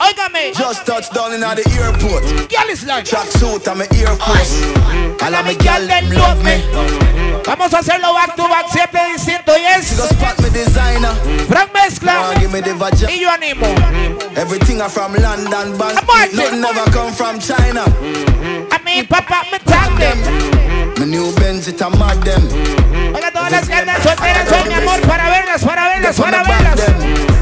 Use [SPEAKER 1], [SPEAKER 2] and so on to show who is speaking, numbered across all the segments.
[SPEAKER 1] Óigame.
[SPEAKER 2] Just touched down in at the airport.
[SPEAKER 1] Girl is like.
[SPEAKER 2] Track suit, I'm an Air Force.
[SPEAKER 1] All of me girl them love me. Vamos a hacerlo back to back siempre distinto y
[SPEAKER 2] She
[SPEAKER 1] es
[SPEAKER 2] just pat me designer.
[SPEAKER 1] Frank Mezcla
[SPEAKER 2] Wanna give me the vagina.
[SPEAKER 1] y yo animo.
[SPEAKER 2] Everything are from London, band.
[SPEAKER 1] I'm watching.
[SPEAKER 2] Nothing ever come from China.
[SPEAKER 1] A mi papá me tarde.
[SPEAKER 2] My new Benz, it a mad them.
[SPEAKER 1] Oiga, todas las que andan solteras son mi amor para verlas, para verlas, para verlas.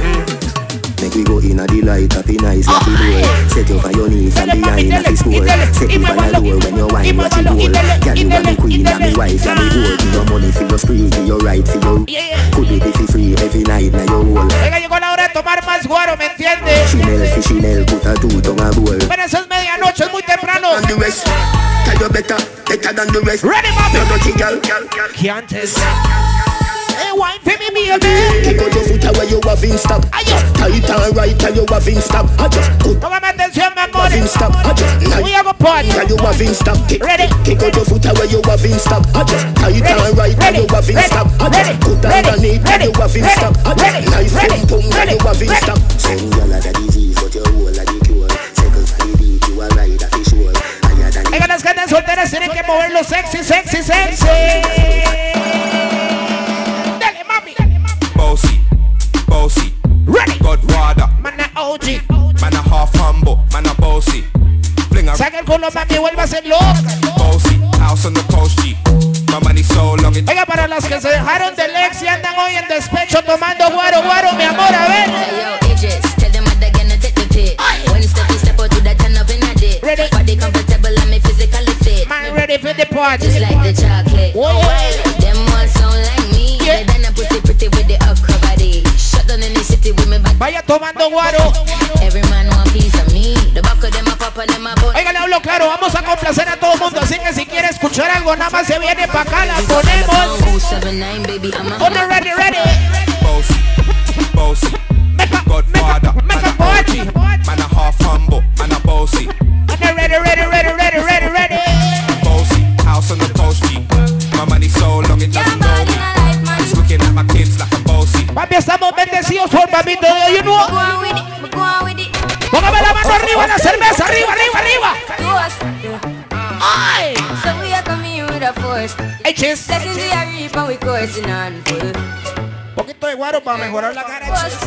[SPEAKER 3] Make we go in a delight, happy nice, happy day. Set up on your knees and
[SPEAKER 1] Dale, mami,
[SPEAKER 3] behind a
[SPEAKER 1] Ah, eh. dele,
[SPEAKER 3] fist
[SPEAKER 1] y
[SPEAKER 3] wall.
[SPEAKER 1] dele,
[SPEAKER 3] Set
[SPEAKER 1] y
[SPEAKER 3] you by
[SPEAKER 1] muévalo,
[SPEAKER 3] a door
[SPEAKER 1] y
[SPEAKER 3] when you wine, watch it
[SPEAKER 1] muévalo, y
[SPEAKER 3] roll.
[SPEAKER 1] dele,
[SPEAKER 3] Girl,
[SPEAKER 1] y
[SPEAKER 3] you are
[SPEAKER 1] dele,
[SPEAKER 3] the
[SPEAKER 1] y
[SPEAKER 3] queen, and
[SPEAKER 1] dele.
[SPEAKER 3] me wife, and me whore. Give your money for your spree, give your right for your.
[SPEAKER 1] Ah. Yeah, yeah.
[SPEAKER 3] Could be the free every night, now your whole.
[SPEAKER 1] Oiga, llegó la hora de tomar más guaro, ¿me entiendes?
[SPEAKER 3] Chanel, fi Chanel, put a two tongue a roll.
[SPEAKER 1] Pero eso es medianoche, es muy temprano.
[SPEAKER 4] than the rest. Tell you better, better than the rest.
[SPEAKER 1] Ready,
[SPEAKER 4] No
[SPEAKER 1] mami.
[SPEAKER 4] dirty girl, girl, girl.
[SPEAKER 1] Que antes. Eh, wine for me, mi baby.
[SPEAKER 4] Kick out your foot away, you have in stop.
[SPEAKER 1] Ay, yo.
[SPEAKER 4] Tight and right, and you have in stop. I just good,
[SPEAKER 1] Póngame atención, mi amor.
[SPEAKER 4] have in stop. I just
[SPEAKER 1] We
[SPEAKER 4] nice.
[SPEAKER 1] have a party.
[SPEAKER 4] Girl, you have in stop. Kick,
[SPEAKER 1] Ready.
[SPEAKER 4] kick out your foot away, you have in stop. I just tight
[SPEAKER 1] Ready.
[SPEAKER 4] and right, and
[SPEAKER 1] Ready.
[SPEAKER 4] you have in
[SPEAKER 1] Ready.
[SPEAKER 4] stop. I
[SPEAKER 1] Ready.
[SPEAKER 4] just good
[SPEAKER 1] Ready.
[SPEAKER 4] underneath, and
[SPEAKER 1] Ready.
[SPEAKER 4] you have in
[SPEAKER 1] Ready.
[SPEAKER 4] stop. I
[SPEAKER 1] Ready.
[SPEAKER 4] just nice,
[SPEAKER 1] Ready.
[SPEAKER 4] pum pum, and
[SPEAKER 1] Ready.
[SPEAKER 4] you have in
[SPEAKER 1] Ready.
[SPEAKER 4] stop.
[SPEAKER 3] Some girl a the disease, but your whole a the cure. Second a the beat, you a ride a fi sure. Higher than
[SPEAKER 1] Oiga, las que andan solteras tienen que moverlo sexy, sexy, sexy. Dale, mami.
[SPEAKER 5] Bossy, bossy,
[SPEAKER 1] Ready.
[SPEAKER 5] Godfather,
[SPEAKER 1] Mana OG.
[SPEAKER 5] man a half humble, man a bossy. Fling a
[SPEAKER 1] Saca el culo, mami, vuélvase loca.
[SPEAKER 5] bossy, house on the coast G. My money so long it
[SPEAKER 1] Oiga, para las que se dejaron del ex y andan hoy en despecho tomando guaro, guaro, mi amor, a ver.
[SPEAKER 6] Yo, Idris, tell them what they gonna take the pit. When Steffi step out to that turn up in a day.
[SPEAKER 1] Ready.
[SPEAKER 6] Body comfortable and me physically fit.
[SPEAKER 1] Man, ready for the party.
[SPEAKER 6] Just like the chocolate.
[SPEAKER 1] Whoa.
[SPEAKER 6] Them all sound like me.
[SPEAKER 1] Yeah.
[SPEAKER 6] Yeah. Then I put it pretty with the upper body. Shut down in the city with me back.
[SPEAKER 1] Vaya tomando guaro.
[SPEAKER 6] Every man want piece of me. The back of them a pop and them a bun.
[SPEAKER 1] Oiga, le hablo claro, vamos a complacer a todo el mundo. Así que si quiere escuchar algo, nada más se viene para acá, la ponemos.
[SPEAKER 6] Who's 79, baby? I'm a
[SPEAKER 1] Uno ready, ready.
[SPEAKER 5] bossy, bossy.
[SPEAKER 1] Make up,
[SPEAKER 5] Godfather,
[SPEAKER 1] make
[SPEAKER 5] man
[SPEAKER 1] up,
[SPEAKER 5] a
[SPEAKER 1] party.
[SPEAKER 5] OG, man a half humble, man a bossy.
[SPEAKER 1] Uno ready, ready, ready, ready, ready, ready.
[SPEAKER 5] Bossy, house on the coast G. My money so long it doesn't know me. It's looking at my kids like a bossy.
[SPEAKER 1] Papi, estamos bendecidos por papito de hoy, ¿no? Póngame la mano arriba, la cerveza, arriba, arriba, arriba. ¡Ay!
[SPEAKER 7] So we are coming with a force.
[SPEAKER 1] Eches.
[SPEAKER 7] Blessings we are reaping, we coursing on full.
[SPEAKER 1] Poquito de guaro para mejorar la cara.
[SPEAKER 7] Force.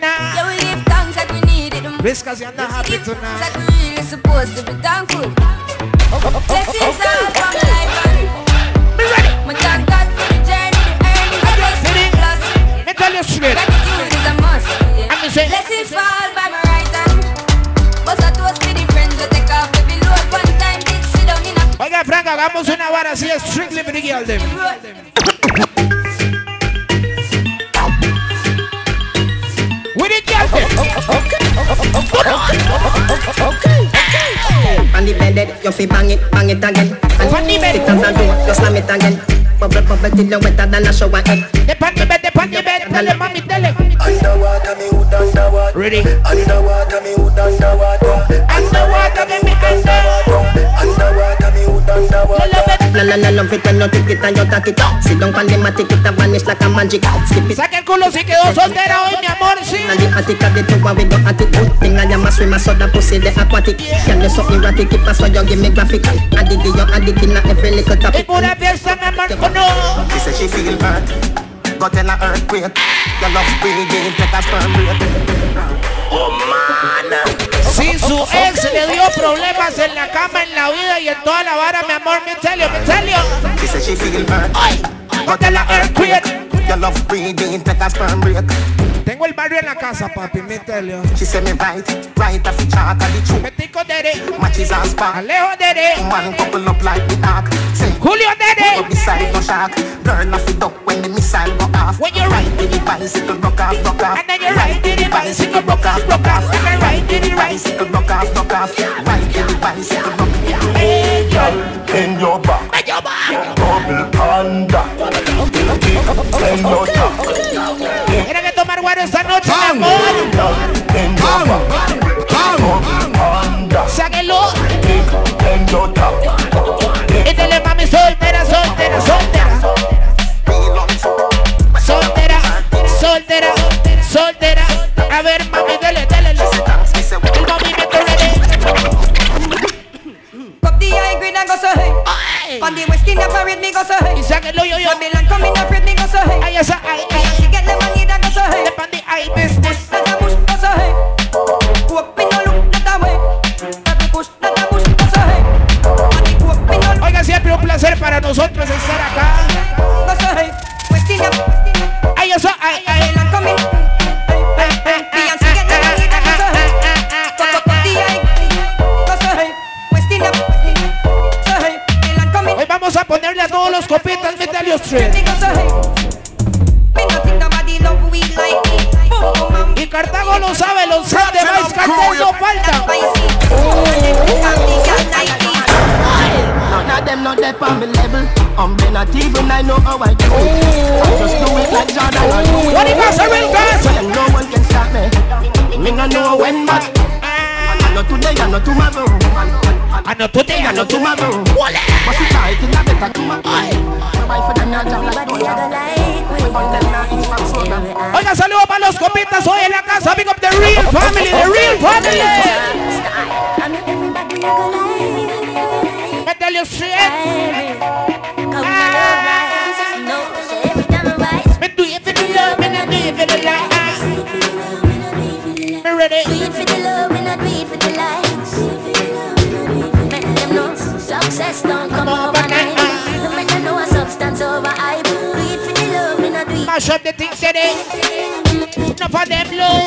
[SPEAKER 1] Nah.
[SPEAKER 7] Yeah, we give thanks that we need it. the most.
[SPEAKER 1] Riscas y anda happy
[SPEAKER 7] Give thanks
[SPEAKER 1] tonight.
[SPEAKER 7] that we really supposed to be thankful. Blessings all from life.
[SPEAKER 1] Me ready.
[SPEAKER 7] My thank God for the journey, the earnings, the blessings,
[SPEAKER 1] ready.
[SPEAKER 7] the plus.
[SPEAKER 1] Me tell you straight.
[SPEAKER 7] Gratitude is a must. yeah.
[SPEAKER 1] And me say-
[SPEAKER 7] Blessings fall by my right hand. Bust a toast to the friends who take off the below. One time, kids sit down in a
[SPEAKER 1] Oiga, Frank, hagamos una vara así, strictly pretty girl, them.
[SPEAKER 7] road.
[SPEAKER 1] We did girl, them.
[SPEAKER 8] On the bed, you fi bang it, bang it again. And
[SPEAKER 1] On the bed.
[SPEAKER 8] It as a door, you slam it again. Bubble, bubble till you wetter than a shower head.
[SPEAKER 1] The panty bed, the panty bed, tell them, mommy, tell them.
[SPEAKER 4] Underwater, me hood underwater.
[SPEAKER 1] Ready?
[SPEAKER 4] Underwater, me hood underwater.
[SPEAKER 1] Underwater, me me under.
[SPEAKER 4] Underwater, me hood underwater.
[SPEAKER 8] La la la, love it when you take it and you take it. Sit down on the mat, it a vanish like a magic. Skip it.
[SPEAKER 1] Saca el culo si quedó soltera hoy, mi amor, sí.
[SPEAKER 8] And the attic of the tower, we go at it. Good thing I am a swimmer, so that pussy the aquatic. Can you so erratic? If I saw you, give me graphic. Addict, you addict in every little
[SPEAKER 1] Es
[SPEAKER 8] topic.
[SPEAKER 1] pura fiesta, mi amor, oh no.
[SPEAKER 3] She say she feel burnt, got in a earthquake. Your love will give, take a sperm rate.
[SPEAKER 1] Si su ex le dio problemas en la cama, en la vida y en toda la vara, mi amor, me salió, me salió.
[SPEAKER 3] She say she feel burnt, got
[SPEAKER 1] Tell
[SPEAKER 3] in a
[SPEAKER 1] her earthquake.
[SPEAKER 3] earthquake. Your love will give, take a sperm rate.
[SPEAKER 1] Tengo el barrio en la casa, papi, me salió.
[SPEAKER 3] She say me right, right off the chart of the truth.
[SPEAKER 1] Metico Dere,
[SPEAKER 3] Matches and spark.
[SPEAKER 1] Alejo Dere,
[SPEAKER 3] Man couple up like the ark. Say
[SPEAKER 1] Julio
[SPEAKER 3] Go
[SPEAKER 1] Dere.
[SPEAKER 3] beside no shark Burn off the duck when the missile go off
[SPEAKER 1] When you ride
[SPEAKER 3] with the bicycle rock off, rock off
[SPEAKER 1] And then you ride to the bicycle, broke off, broke off. And then ride to the rice.
[SPEAKER 3] Bicycle rock off, rock off Ride with the bicycle rock
[SPEAKER 1] Hey, yo,
[SPEAKER 4] In your back,
[SPEAKER 1] me yo, va.
[SPEAKER 4] double panda. In your top,
[SPEAKER 1] Tienen que tomar guaro esta noche, mi amor.
[SPEAKER 4] in your back, double panda.
[SPEAKER 1] Sáquenlo.
[SPEAKER 4] In your top,
[SPEAKER 1] Y dile, Este mami, soltera, soltera, soltera. Soltera, soltera, soltera. A ver, mami, dale, dale. dale.
[SPEAKER 9] From the west, he never read me go so hey.
[SPEAKER 1] Sáquenlo, yo, yo.
[SPEAKER 9] Babylon come in, afraid me go so hey.
[SPEAKER 1] Ahí esa, ahí,
[SPEAKER 9] Hey,
[SPEAKER 1] ahí.
[SPEAKER 9] she get the money, that go so hey.
[SPEAKER 1] Depende de ahí, business.
[SPEAKER 9] That a push, go so hey. Coke, me no look that a way. That a push, that a push, go so hey. Money, coke, me no look
[SPEAKER 1] Oigan, siempre un placer para nosotros estar acá.
[SPEAKER 9] go so hey. West, he never- West, he never-
[SPEAKER 1] Ahí esa, ahí, ahí.
[SPEAKER 9] Babylon come in. Hey, hey, hey. Beyonce get the money, that go so hey. Coke, coke, the eye, go so hey. West, he never- West, he never- so hey. Babylon come in.
[SPEAKER 1] Hoy vamos a ponerle a todos los copitas Metallios
[SPEAKER 9] Me
[SPEAKER 1] 3.
[SPEAKER 9] go so hey. Me no think nobody love we like me. Boom, boom, boom.
[SPEAKER 1] Y Cartago lo sabe, los de Vice Cartel no falta.
[SPEAKER 8] None of them not there on the level. I'm been not even I know how I do it. I just do it like Jordan. I do it.
[SPEAKER 1] What if I surrender?
[SPEAKER 8] Well, no one can stop me. Me no know when, but I know today, I know tomorrow.
[SPEAKER 1] Anotó Ah, te
[SPEAKER 8] I know
[SPEAKER 1] ganó tu mano.
[SPEAKER 8] tomorrow. But see, I think I better do my My wife and them not jam like Dora. But them not eat my soda.
[SPEAKER 1] Oiga, saludos para los copitas hoy en la casa. Big up the real family, the real family. Metallios 3. Me do it for the love, me not do it for the lies. Me ready.
[SPEAKER 7] Do it for the love and I do it for the lights. Make them know success don't come overnight. Make them know a substance over hype. Do it for the love and I do it.
[SPEAKER 1] Mash up the things today. Enough of them low.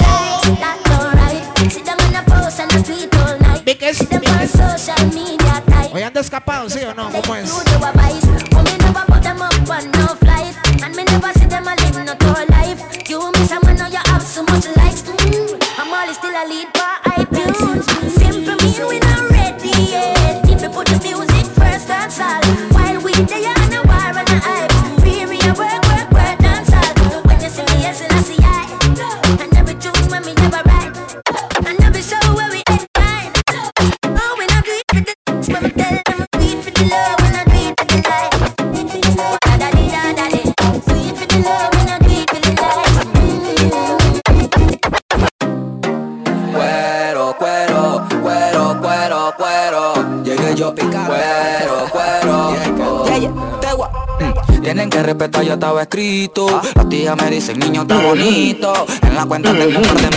[SPEAKER 7] That's alright. Sit down on a post and a tweet all night.
[SPEAKER 1] Because-
[SPEAKER 7] Sit down on social media type.
[SPEAKER 1] Hoy anda escapado, ¿sí o no?
[SPEAKER 7] They
[SPEAKER 1] ¿Cómo es?
[SPEAKER 7] do their vice. Oh, me never put them up on no flight. And me never see them a live no tour life. You miss a man, now you have so much likes. Mm, I'm always still a lead by iTunes. Simple mean we not ready yet. If you put the music first, that's all. While we there on a war and a hype. We real work, work, work, dance all. When you see me, yes, and I see I. And every tune when me never write. And every show where we ain't fine. Oh, when I do it for the when me tell them do it for the love, when I do it for the light. Do it for the love, da da di, da da di. Do it for the love, when I do it for the light. Mm.
[SPEAKER 6] Cuero, cuero, cuero, cuero, cuero. Llegué yo picando. Cuero, cuero. Yeah, yeah, te gua- Mm. Tienen que respetar, yo estaba escrito. Las tías me dicen, niño, está bonito. En la cuenta tengo un par de mil y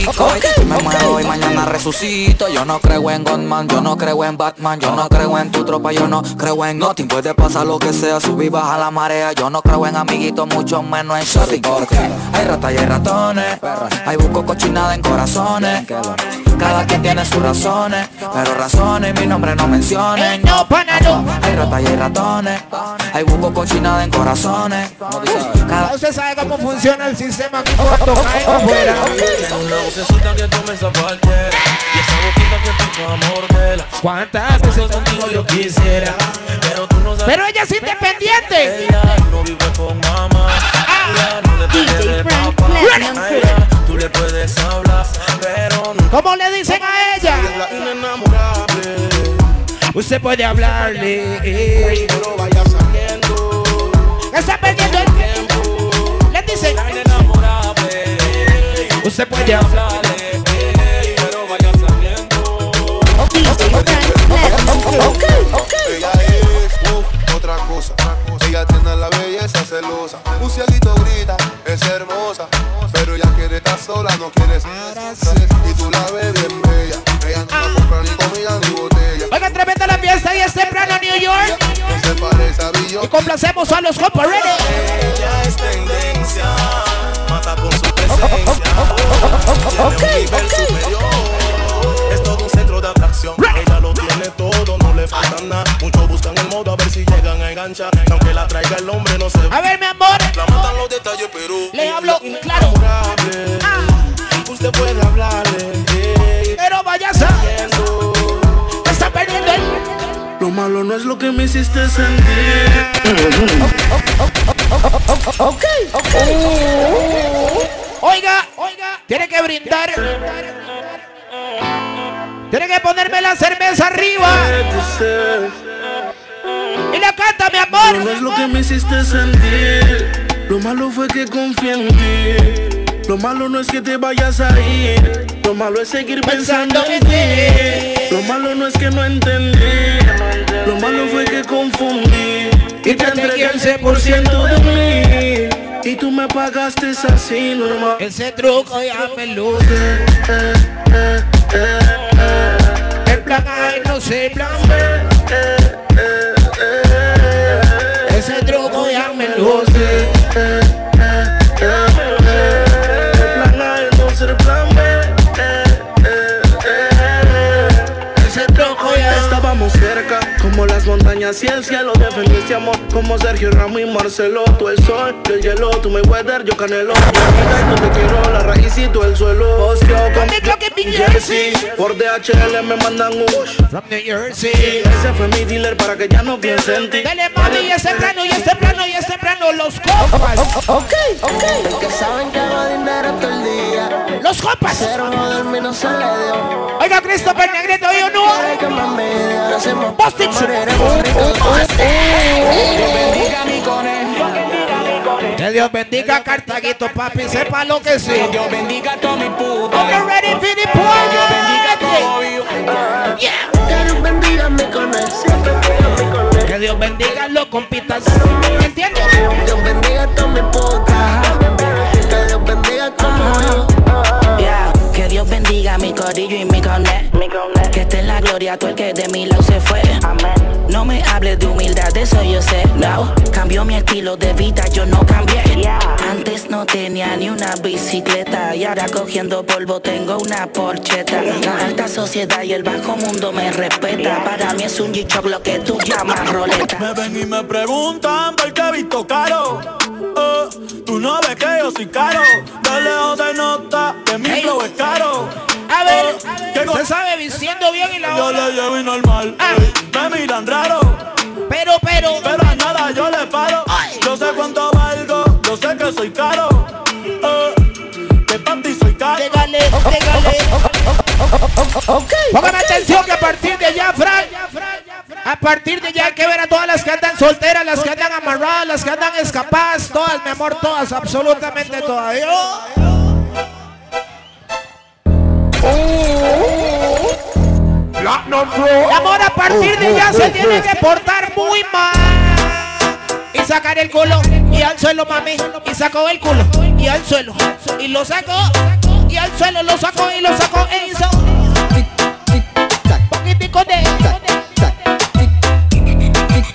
[SPEAKER 6] pico. Y si me muero y mañana resucito. Yo no creo en Godman, yo no creo en Batman. Yo no creo en tu tropa, yo no creo en nothing. Puede pasar lo que sea, subir baja la marea. Yo no creo en amiguitos, mucho menos en shopping. Porque hay ratas y hay ratones. Hay busco cochinada en corazones. Cada quien tiene sus razones. Pero razones, mi nombre no mencionen.
[SPEAKER 1] Ain't no panado.
[SPEAKER 6] Hay ratas y hay ratones, hay buco cochinada en corazones. Cada
[SPEAKER 1] Usted sabe cómo funciona el sistema aquí cuando cae afuera. ¿Cuántas veces contigo yo quisiera? Pero ella es independiente.
[SPEAKER 7] DJ Frank Platinum Crew.
[SPEAKER 1] ¿Cómo le dicen a ella? Usted puede hablarle. eh. Está perdiendo el tiempo. Le dicen. Usted puede hablar.
[SPEAKER 7] DJ Frank Platinum Crew.
[SPEAKER 10] Ella es uf, otra cosa. Ella tiene la belleza celosa. Un cieguito grita, es hermosa. Pero ella quiere estar sola, no quiere ser. Y tú la ves bien bella. Ella no va a comprar ni comida ni botella.
[SPEAKER 1] Oiga, tremenda la fiesta y es temprano New York.
[SPEAKER 10] No se parece a Billo.
[SPEAKER 1] Y complacemos a los compareros.
[SPEAKER 11] Ella es tendencia, mata por su presencia. Tiene un nivel superior. Es todo un centro de atracción. Ella lo tiene todo, no le falta nada. Muchos buscan el modo a ver si llegan a enganchar. Aunque la traiga el hombre, no se
[SPEAKER 1] A ver, mi amor.
[SPEAKER 11] La matan los detalles, pero
[SPEAKER 1] Le hablo claro.
[SPEAKER 11] inenamorable. Usted puede hablarle. eh,
[SPEAKER 1] Pero vaya a Está perdiendo el.
[SPEAKER 11] Lo malo no es lo que me hiciste sentir.
[SPEAKER 1] Oiga, oiga. Tiene que brindar. Tiene que ponerme la cerveza arriba.
[SPEAKER 11] de tu ser.
[SPEAKER 1] Y la canta, mi
[SPEAKER 11] Pero No es lo que
[SPEAKER 1] amor.
[SPEAKER 11] me hiciste sentir. Lo malo fue que confié en ti. Lo malo no es que te vayas a ir. Lo malo es seguir pensando en ti. Lo malo no es que no entendí. Lo malo fue que confundí. Y te entregué el 100% de mí. Y tú me pagaste así normal. Eh,
[SPEAKER 1] Ese truco ya me luce. El plan A y no sé el plan B. Ese truco ya me luce.
[SPEAKER 11] El plan A es no ser plan B. eh, eh, eh. Estábamos cerca, como las montañas y el cielo. Defendiste amor, como Sergio Ramos y Marcelo. Tú el sol, yo el hielo, tú me weather, yo canelo. Yo vida y tú te quiero, la raíz y tú el suelo. Hostio, con mi jersey. Por DHL me mandan un
[SPEAKER 1] From New Jersey.
[SPEAKER 11] Ese fue mi dealer para que ya no piense en ti.
[SPEAKER 1] Dale mami y ese plano y ese plano y ese plano los copas. Ok, ok.
[SPEAKER 7] Que saben que hago dinero todo el día.
[SPEAKER 1] Los copas.
[SPEAKER 7] Pero joderme no se le dio.
[SPEAKER 1] Oiga Christopher Negrete, pues, oye no. Postage. Oh, Que Dios bendiga a Cartaguito, papi, sepa lo que sí. Que Dios bendiga a todos mis putos. I'm ready for the party. Que Dios bendiga a mi conexión. Que Dios bendiga a los compitas. ¿Entiendes? Que Dios bendiga a todos mis putas. Que Dios bendiga a todos
[SPEAKER 12] Yeah, que Dios bendiga mi corillo y mi connect. Que esté en la gloria todo el que de mi lado se fue. No me hables de humildad, de eso yo sé. No, cambió mi estilo de vida, yo no cambié. Antes no tenía ni una bicicleta y ahora cogiendo polvo tengo una porcheta. La alta sociedad y el bajo mundo me respeta. Para mí es un g lo que tú llamas roleta.
[SPEAKER 13] Me ven y me preguntan por qué visto caro. Eh, tú no ves que yo soy caro. De lejos se nota que mi
[SPEAKER 1] Ey.
[SPEAKER 13] flow es caro.
[SPEAKER 1] A ver, se
[SPEAKER 13] sabe
[SPEAKER 1] vistiendo bien y la
[SPEAKER 13] Yo
[SPEAKER 1] otra.
[SPEAKER 13] le llevo y normal. Me miran raro.
[SPEAKER 1] Pero, pero.
[SPEAKER 13] Pero a nada yo le paro. Yo sé cuánto valgo. Yo sé que soy caro. Eh, que para ti soy caro.
[SPEAKER 1] Llegale, Póngame atención que a partir de ya, Frank, a partir de ya hay que ver a todas las que andan solteras, las que andan amarradas, las que andan escapadas, todas, mi amor, todas, absolutamente todas. Yo- Mi amor, a partir de ya se tiene que portar muy mal. Y sacar el culo y al suelo, mami. Y sacó el culo y al suelo. Y lo sacó y al suelo, lo sacó y lo sacó e hizo. Poquitico de.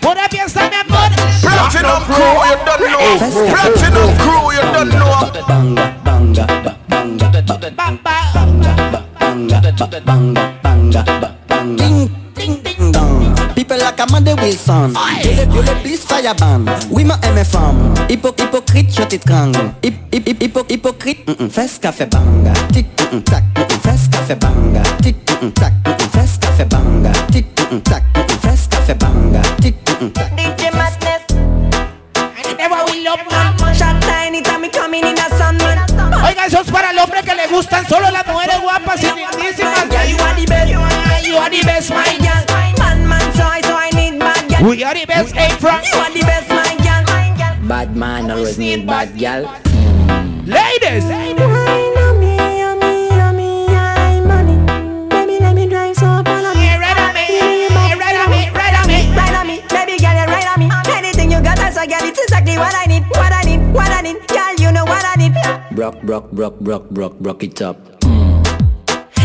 [SPEAKER 1] Por ahí piensa, mi amor.
[SPEAKER 5] Platinum crew, you don't know. Platinum crew, you don't know.
[SPEAKER 8] Ding, ding, ding, dong. People like Amanda Wilson. You the, you the police fire ban. Oui, ma MFM. Hypo, hypocrite, je t'y trang. Hip, hip, hip, hypo, hypocrite. Mm -mm. Fais café banga. Tic, mm -mm, tac, mm -mm. Fais café banga. Tic, mm -mm, tac, mm -mm. Fais café banga. Tic, mm -mm, tac, mm -mm. Fais café banga. Tic, mm -mm, tac.
[SPEAKER 14] DJ Madness. Never will love man. Shot line anytime me coming in a sun man.
[SPEAKER 1] Oiga, eso es para el hombre que le gustan solo las mujeres guapas y lindísimas.
[SPEAKER 14] Yeah, you are the best. You are the best, my girl. Man, man, so I, so I need bad girl.
[SPEAKER 1] We are the best, hey, Frank.
[SPEAKER 14] You are the best, my girl.
[SPEAKER 8] Bad man always need bad gal.
[SPEAKER 1] Ladies.
[SPEAKER 14] Yeah, right on me. Yeah, right on me. Right on me. Right on me. Baby girl, you're right on me. Anything you got, that's a girl. It's exactly what I need. What I need. What I need. Girl, you know what I need.
[SPEAKER 8] Brock, brock, brock, brock, brock, brock it up.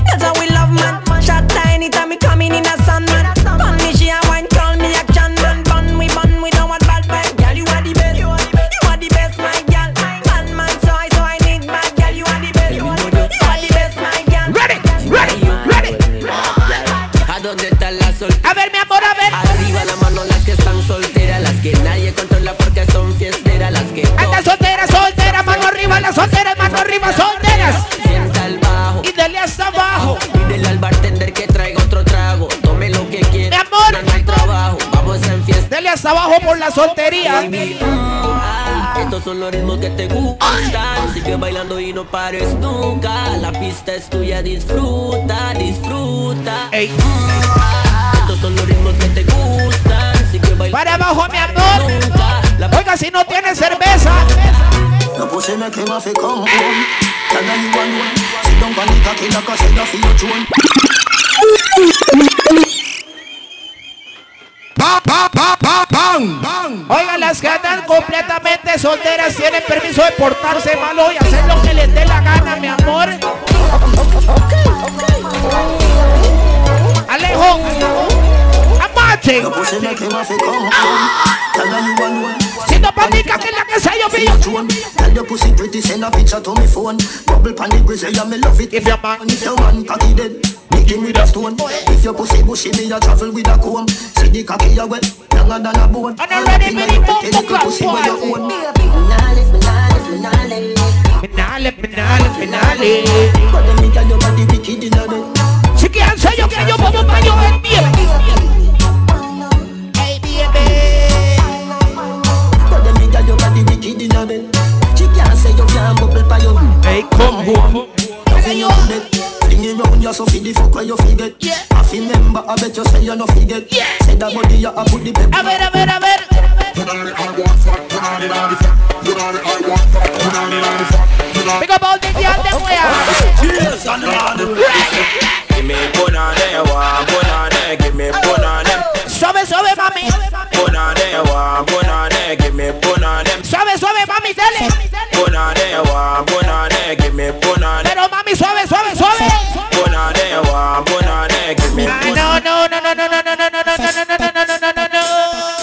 [SPEAKER 14] That's how we love man. Shot tiny time me coming in a sun man. Bun me she a wine, call me action man. Bun we bun we don't want bad bad girl. You are the best. You are the best, my girl. Man man, so I so I need bad girl. You are the best. You are the best, my girl.
[SPEAKER 1] Ready, ready, ready.
[SPEAKER 15] ¿A dónde están las solteras?
[SPEAKER 1] A ver, mi amor, a ver.
[SPEAKER 15] Arriba la mano las que están solteras, las que nadie controla porque son fiesteras, las que
[SPEAKER 1] Anda soltera, soltera, mano arriba, las solteras, mano arriba, solteras.
[SPEAKER 15] sienta al bajo.
[SPEAKER 1] Y dale hasta abajo.
[SPEAKER 15] Pídele al bartender que traiga otro trago. Tome lo que quiera.
[SPEAKER 1] Mi amor.
[SPEAKER 15] No hay trabajo. Vamos a enfiestar.
[SPEAKER 1] Dale hasta abajo por la soltería.
[SPEAKER 15] Estos son los ritmos que te gustan Sigue bailando y no pares nunca La pista es tuya, disfruta, disfruta Ah, Estos son los ritmos que te gustan Sigue bailando
[SPEAKER 1] Para abajo, mi amor. Oiga, si no tiene cerveza.
[SPEAKER 7] No puse na crema fe con rum. Can I you one one?
[SPEAKER 8] down on the cocky like a sailor for your throne.
[SPEAKER 1] Oigan, las que andan completamente solteras tienen permiso de portarse mal hoy, hacer lo que les dé la gana, mi amor. Alejo, amache. Si no panica, que la que se yo pillo.
[SPEAKER 8] Tell your pussy pretty, send a picture to me phone. Bubble pan the grizzly, and me love it. If your man, if your man cocky dead, dig him with a stone. If your pussy bushy, me a travel with a comb. See the cocky a wet, longer than a bone. And I'm ready for the bump clap
[SPEAKER 1] Penales, penales, penales. Si que al sello que yo como baño en miel. Hey,
[SPEAKER 8] Hey, come home. Bring it round, you so feed the fuck where you forget. I fi remember, I bet you say you no forget. Say that body, you a put the pepper.
[SPEAKER 1] A ver, a ver, a ver. Big up all the girls them
[SPEAKER 11] Give me put on there, one put on there, give me put on them.
[SPEAKER 1] Suave, suave, mami.
[SPEAKER 11] Put on there, one put on there, give me put on them.
[SPEAKER 1] Suave, suave, mami, dale.
[SPEAKER 11] Put on there, one put on there, give me put on them.
[SPEAKER 1] Pero mami, suave, suave, suave.
[SPEAKER 11] Put on there, one put on there, give me.
[SPEAKER 1] Ah, no, no, no, no, no, no, no, no, no, no, no, no, no, no, no, no, no.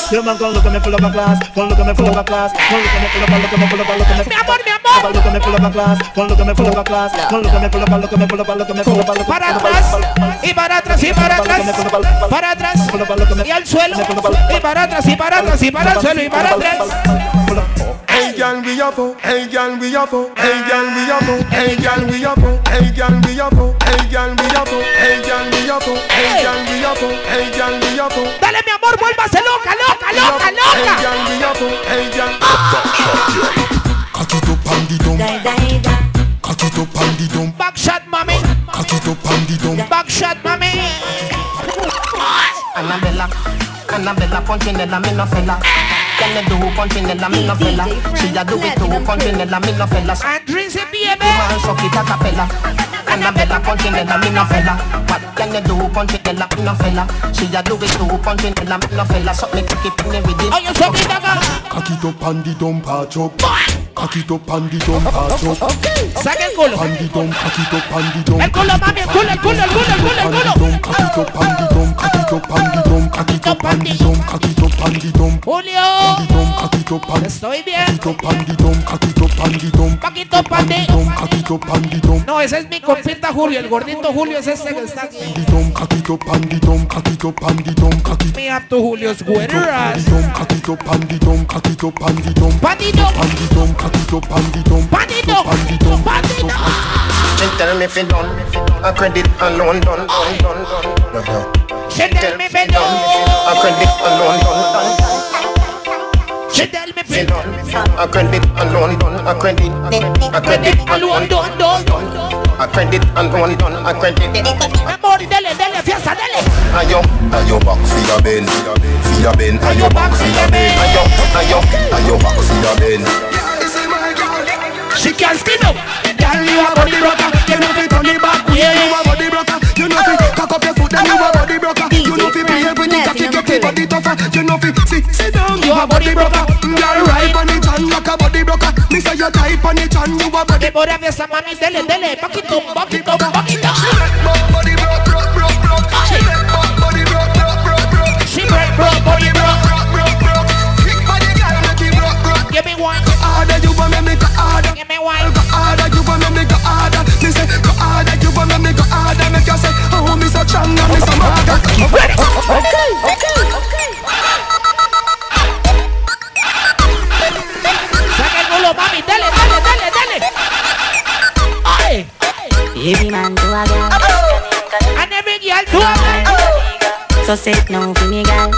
[SPEAKER 16] Yo man, go look at me full of a class. Go look at me full of a class. Go look at me full of a, look at me full of a, look at me. Mi amor, mi amor. Go look at me full of a class. Go look at me full of a class. Go look at me full of a, look at me full of a, look at me full of a, look at me full of a.
[SPEAKER 1] Para atrás y para atrás y para atrás. Para atrás y al suelo. Y para atrás y para atrás y para el suelo y para atrás.
[SPEAKER 3] Hey girl, we a fuck. Hey girl, we a fuck. Hey girl, we a fuck. Hey girl, we a fuck. Hey girl, we a fuck. Hey girl, we a fuck. Hey girl, we a fuck. Hey girl, we a fuck. Hey girl, we a fuck.
[SPEAKER 1] Dale, mi amor, vuélvase loca, loca, loca,
[SPEAKER 3] Hey
[SPEAKER 1] loca.
[SPEAKER 3] girl, we a fuck. Hey girl.
[SPEAKER 1] Backshot, mami. Backshot, mami.
[SPEAKER 17] Annabella, Annabella, Punchinella, me no fella. Can you do Punchinella, me no fella? She a do it to Punchinella, me no fella.
[SPEAKER 1] Andres y baby.
[SPEAKER 17] Man, suck it a cappella. Annabella, Punchinella, me no fella. What can you do Punchinella, me no fella? She a do it to Punchinella, me no fella. Suck me, kick it, pin me with it.
[SPEAKER 1] Oye, Oh, suck it, acá.
[SPEAKER 3] Cock it up and the dump a chop. Cock it up and the dump a chop.
[SPEAKER 1] Saca el culo.
[SPEAKER 3] And the dump, cock it up and the dump.
[SPEAKER 1] El culo, mami, el culo, el culo, el culo, el culo, el culo.
[SPEAKER 3] Cock it up and the dump, cock it up and the dump, cock it up and the dump, cock it up and the dump.
[SPEAKER 1] Julio,
[SPEAKER 3] Cock it up, cock it up and
[SPEAKER 1] estoy bien.
[SPEAKER 3] Cock it up and the dump, cock it up and the dump.
[SPEAKER 1] Paquito, pande.
[SPEAKER 3] Cock it up and the dump.
[SPEAKER 1] No, ese es mi compita Julio. El gordito Julio es este que está aquí.
[SPEAKER 3] The dump, cock it up and the dump, cock it up and the dump, cock it.
[SPEAKER 1] Me apto Julio es güeras.
[SPEAKER 3] The dump, cock it up and the dump, cock it up and the dump.
[SPEAKER 1] Patito,
[SPEAKER 3] And the dump, cock it up and the dump.
[SPEAKER 1] patito,
[SPEAKER 3] And the dump.
[SPEAKER 1] patito.
[SPEAKER 17] She tell me if you done, a credit alone done, done, done, done. No, no.
[SPEAKER 1] She tell me pelo.
[SPEAKER 17] A credit alone done, done.
[SPEAKER 1] She tell me
[SPEAKER 17] She
[SPEAKER 1] pelo.
[SPEAKER 17] done, a credit alone done, a credit, a credit alone
[SPEAKER 1] Alón,
[SPEAKER 17] done,
[SPEAKER 1] don, don, don.
[SPEAKER 17] a credit alone done, a credit.
[SPEAKER 1] Amor, dele, dele, fiesta, dele.
[SPEAKER 17] Ayo,
[SPEAKER 8] Are you back for your bend? For your bend, are you back for your bend?
[SPEAKER 17] ayo, ayo.
[SPEAKER 8] Are you back for your bend?
[SPEAKER 1] She can spin up. Girl, you a body rocker. You know fi turn it back. Yeah, Oh. you a body rocker. You know fi cock up your foot and you a body rocker. You know fi play with the cocky, get the body tougher. You know fi sit, sit down. You a body rocker. Girl, ride on it and like a body rocker. Me say you type on it and you a body. De por esa mami, dele, dele, paquito, paquito, paquito. She break, bro, body, bro. Give me one, give me one. Saca el culo, mami, dele, dele, dele, dele. Ay.
[SPEAKER 7] Every man do a girl,
[SPEAKER 1] And every girl do a man.
[SPEAKER 7] so sit now for me girl.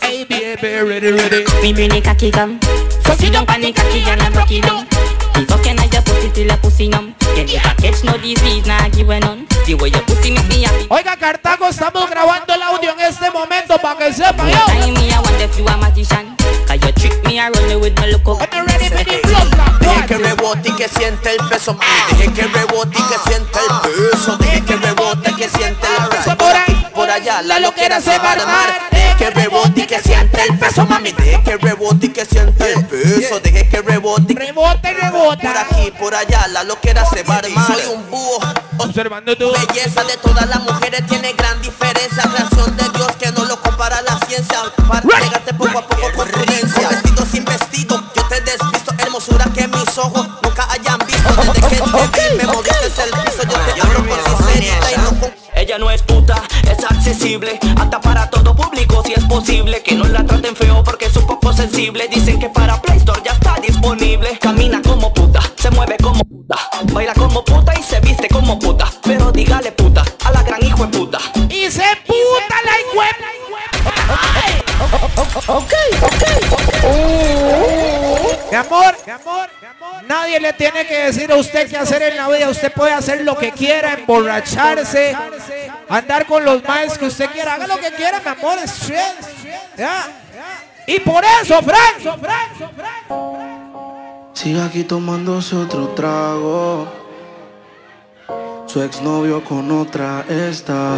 [SPEAKER 1] Hey, baby, ready, ready.
[SPEAKER 7] Me bring the cocky come, so sit down on the cocky and I broke it down. The fucking I just put it till I pussy numb. Can you catch no disease, nah give a none. The way you pussy make me happy.
[SPEAKER 1] Oiga, Cartago, estamos grabando el audio en este momento para que sepa yo.
[SPEAKER 7] Time me I wonder if you a magician, cause you trick me I run away with my look up.
[SPEAKER 1] I'm ready for the blood.
[SPEAKER 18] Deje que rebote y que siente el peso. Deje que rebote y que siente el
[SPEAKER 19] siente el peso por ahí, por allá, la loquera se va a armar. Deje que rebote y que siente el peso, mami. Deje que rebote y que siente el peso. Deje que rebote.
[SPEAKER 1] Rebote, rebota.
[SPEAKER 19] Por aquí, por allá, la loquera se va a armar. Soy un búho.
[SPEAKER 1] Observando tu
[SPEAKER 19] belleza de todas las mujeres tiene gran diferencia. Creación de Dios que no lo compara la ciencia. Para pegarte poco a poco con prudencia. Vestido sin vestido, yo te desvisto. Hermosura que mis ojos nunca hayan visto. Desde que te vi, me moviste el piso. Yo te hablo por sinceridad y no con
[SPEAKER 20] Ella no es puta, es accesible, hasta para todo público si es posible. Que no la traten feo porque es un poco sensible. Dicen que para Play Store ya está disponible. Camina como puta, se mueve como puta, baila como puta y se viste como puta. Pero dígale puta a la gran hijo de puta.
[SPEAKER 1] Y se puta la web. Ok, ok. Mi amor, mi amor, mi amor. Nadie le tiene que decir a usted qué hacer en la vida. Usted puede hacer lo que quiera, emborracharse, andar con los maes que usted quiera. Haga lo que quiera, mi amor. es chill, ¿Ya? Y por eso, Frank,
[SPEAKER 11] Sigue aquí tomándose otro trago. Su exnovio con otra está.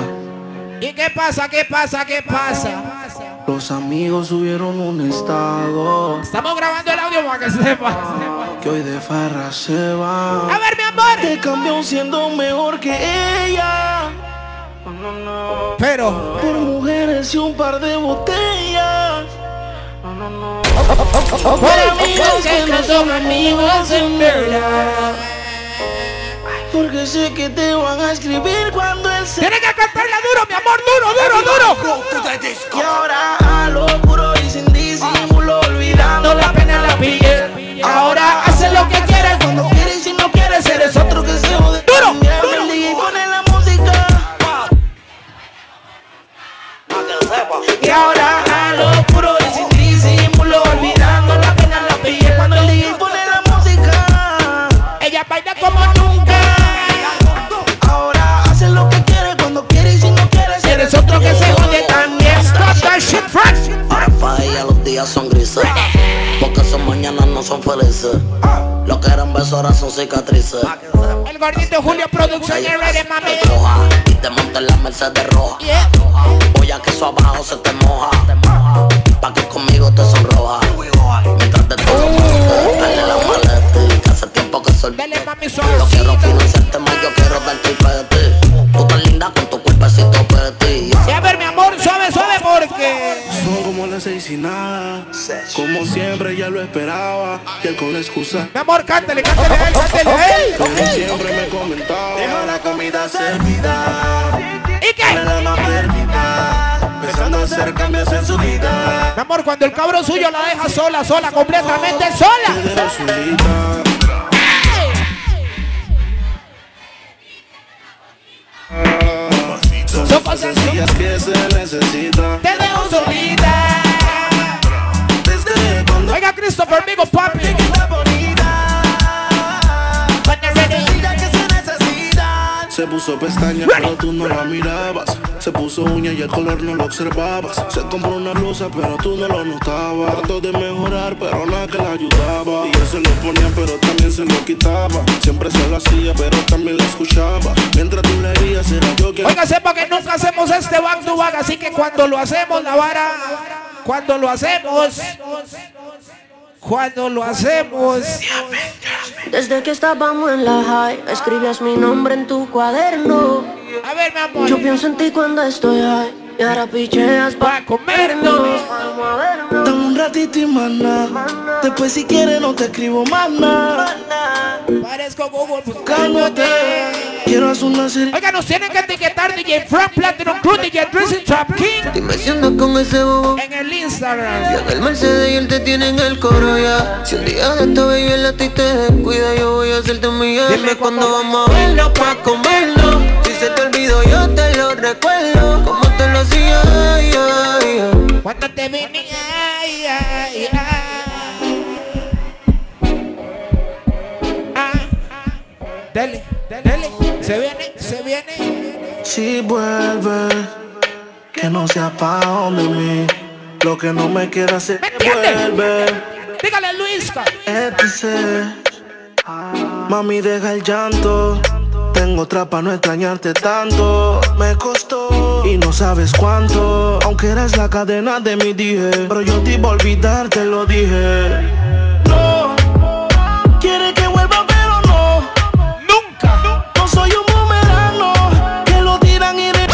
[SPEAKER 1] ¿Y qué pasa? ¿Qué pasa? ¿Qué pasa?
[SPEAKER 11] Los amigos subieron un estado.
[SPEAKER 1] Estamos grabando el audio para que sepa.
[SPEAKER 11] Que hoy de farra se va.
[SPEAKER 1] A ver, mi amor.
[SPEAKER 11] Te cambió siendo mejor que ella.
[SPEAKER 1] Pero.
[SPEAKER 11] Por mujeres y un par de botellas. Por amigos que no son amigos en verdad. Porque sé que te van a escribir cuando él se...
[SPEAKER 1] Tiene que cantarla duro, mi amor, duro, duro,
[SPEAKER 11] duro. Y ahora a lo puro y sin disimulo, olvidando la pena la pille. Ahora hace lo que quieres cuando quieres y si no quieres eres otro que se jode. Duro, duro. Pone la música. Y ahora a lo puro y sin disimulo, olvidando la pena la pille. Cuando el DJ pone la música.
[SPEAKER 1] Ella baila como nunca.
[SPEAKER 11] Ahora hace lo que quiere cuando quiere y si no quiere eres otro que se jode también. Stop that shit, fresh.
[SPEAKER 21] Ahora para ella los días son grises Porque esas mañanas no son felices
[SPEAKER 19] Ah.
[SPEAKER 21] Lo que eran besos ahora son cicatrices
[SPEAKER 1] El gordito Julio Producción RD, mami.
[SPEAKER 21] Roja, y te monta en la Mercedes roja
[SPEAKER 1] Yeah.
[SPEAKER 21] Voy a que eso abajo se te moja Pa' que conmigo te sonroja Mientras te toco Dale la maleta y que hace tiempo que soy
[SPEAKER 1] Dale, Oh. mami,
[SPEAKER 21] Yo quiero financiarte más, yo quiero darte el peti Tú tan linda con tu cuerpecito peti
[SPEAKER 1] Y a ver, mi amor, suave, suave, porque.
[SPEAKER 11] Son como las seis y nada. Como siempre ya lo esperaba. Y él con la excusa.
[SPEAKER 1] Mi amor, cántale, cántale, a él, cántale. a él.
[SPEAKER 11] Como siempre me comentaba. Deja la comida servida.
[SPEAKER 1] ¿Y qué?
[SPEAKER 11] El alma perdida. Empezando a hacer cambios en su vida.
[SPEAKER 1] Mi amor, cuando el cabro suyo la deja sola, sola, completamente
[SPEAKER 11] Desde la
[SPEAKER 1] sola.
[SPEAKER 11] solita. Son cosas sencillas que se necesitan.
[SPEAKER 1] Te dejo solita.
[SPEAKER 11] Desde cuando
[SPEAKER 1] Oiga, Christopher, amigo, papi.
[SPEAKER 11] Se puso pestaña, pero tú no la mirabas. Se puso uña y el color no lo observabas. Se compró una blusa, pero tú no lo notabas. Trató de mejorar, pero nada que la ayudaba. Y él se lo ponía, pero también se lo quitaba. Siempre se lo hacía, pero también la escuchaba. Mientras tú le herías, era yo quien.
[SPEAKER 1] Oiga, sepa que nunca hacemos este back to back, así que cuando lo hacemos, la vara. Cuando lo hacemos. Cuando lo hacemos.
[SPEAKER 22] Desde que estábamos en la high, escribías mi nombre en tu cuaderno.
[SPEAKER 1] A ver, mi amor.
[SPEAKER 22] Yo pienso en ti cuando estoy high. Y ahora picheas para comernos.
[SPEAKER 11] Dame un ratito y maná. Después, si quieres, no te escribo más nada.
[SPEAKER 1] Parezco Google buscándote.
[SPEAKER 11] Cálmate. Quiero hacer una serie.
[SPEAKER 1] Oiga, nos tienen que etiquetar DJ Frank Platinum Crew, DJ Dressing Trap King.
[SPEAKER 23] Dime si andas con ese bobo
[SPEAKER 1] En el Instagram.
[SPEAKER 23] que en el Mercedes y él te tiene en el coro ya Si un día de esta baby él a ti te descuida Yo voy a hacerte mi Dime cuándo vamos a verlo pa' comerlo Si se te olvidó yo te lo recuerdo Como te lo hacía ay, ay, ay.
[SPEAKER 1] Cuando te vi, Este, mi- ay, ay, ay. Ah, Dele, dele, se viene, se viene.
[SPEAKER 11] Si vuelve, que no se apaga de mí. Lo que no me queda se vuelve.
[SPEAKER 1] Dígale,
[SPEAKER 11] Eh.
[SPEAKER 1] Luisca.
[SPEAKER 11] Etc. Mami, deja el llanto. Tengo otra para no extrañarte tanto. Me costó y no sabes cuánto. Aunque eres la cadena de mi dije, pero yo te iba a olvidar, te lo dije. No, quiere que vuelva, pero no. Nunca, no soy un bumerano que lo tiran y re-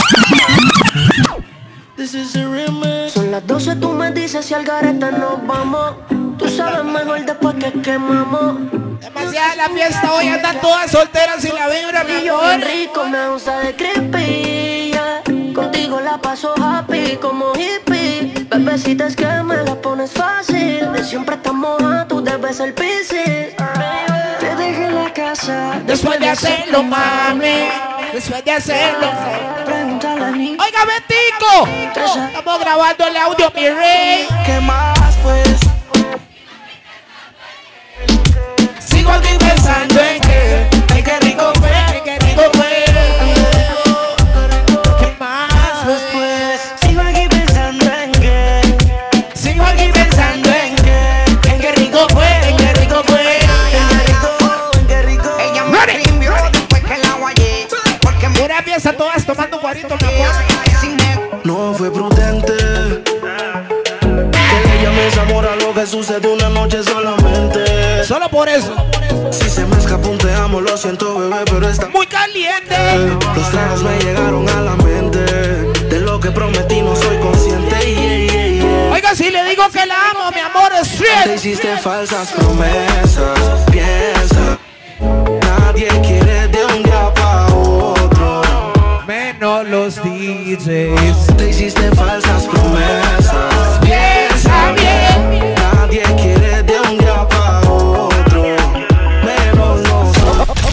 [SPEAKER 11] This is a remix.
[SPEAKER 22] Son las 12, tú me dices si al garete nos vamos. Tú sabes mejor después que quemamos.
[SPEAKER 1] Demasiada la fiesta hoy, andan todas solteras sin la vibra, mi
[SPEAKER 22] Y yo bien
[SPEAKER 1] amor.
[SPEAKER 22] rico me gusta de creepy, yeah. Contigo la paso happy como hippie Bebecita es que me la pones fácil De siempre estás moja, tú debes ser piscis Te dejé en la casa
[SPEAKER 1] Después de hacerlo, mami. Después de hacerlo.
[SPEAKER 22] Pregúntale a mí
[SPEAKER 1] Oiga, Betico. Estamos grabando el audio, mi rey.
[SPEAKER 11] ¿Qué más, pues?
[SPEAKER 1] Sigo aquí pensando en que, en qué rico fue, en qué rico fue. ¿Qué más después? Sigo aquí pensando en que, sigo aquí pensando en que, en qué rico fue, en qué rico fue.
[SPEAKER 24] Ella me rindió después que la guayé. Porque me
[SPEAKER 1] Una pieza todas tomando guarito, mi amor.
[SPEAKER 11] No fue prudente Que le llames amor a lo que sucedió una noche solamente
[SPEAKER 1] Solo por eso
[SPEAKER 11] Si se me escapó un te amo, lo siento bebé, pero está
[SPEAKER 1] Muy caliente
[SPEAKER 11] Los tragos me llegaron a la mente De lo que prometí no soy consciente yeah, yeah, yeah.
[SPEAKER 1] Oiga, si le digo que la amo, mi amor, es
[SPEAKER 11] Te
[SPEAKER 1] fiel.
[SPEAKER 11] hiciste falsas promesas, piensa Nadie quiere de un día para otro
[SPEAKER 1] Menos los DJs
[SPEAKER 11] Te hiciste falsas promesas, piensa bien Nadie quiere de un día para otro Menos nosotros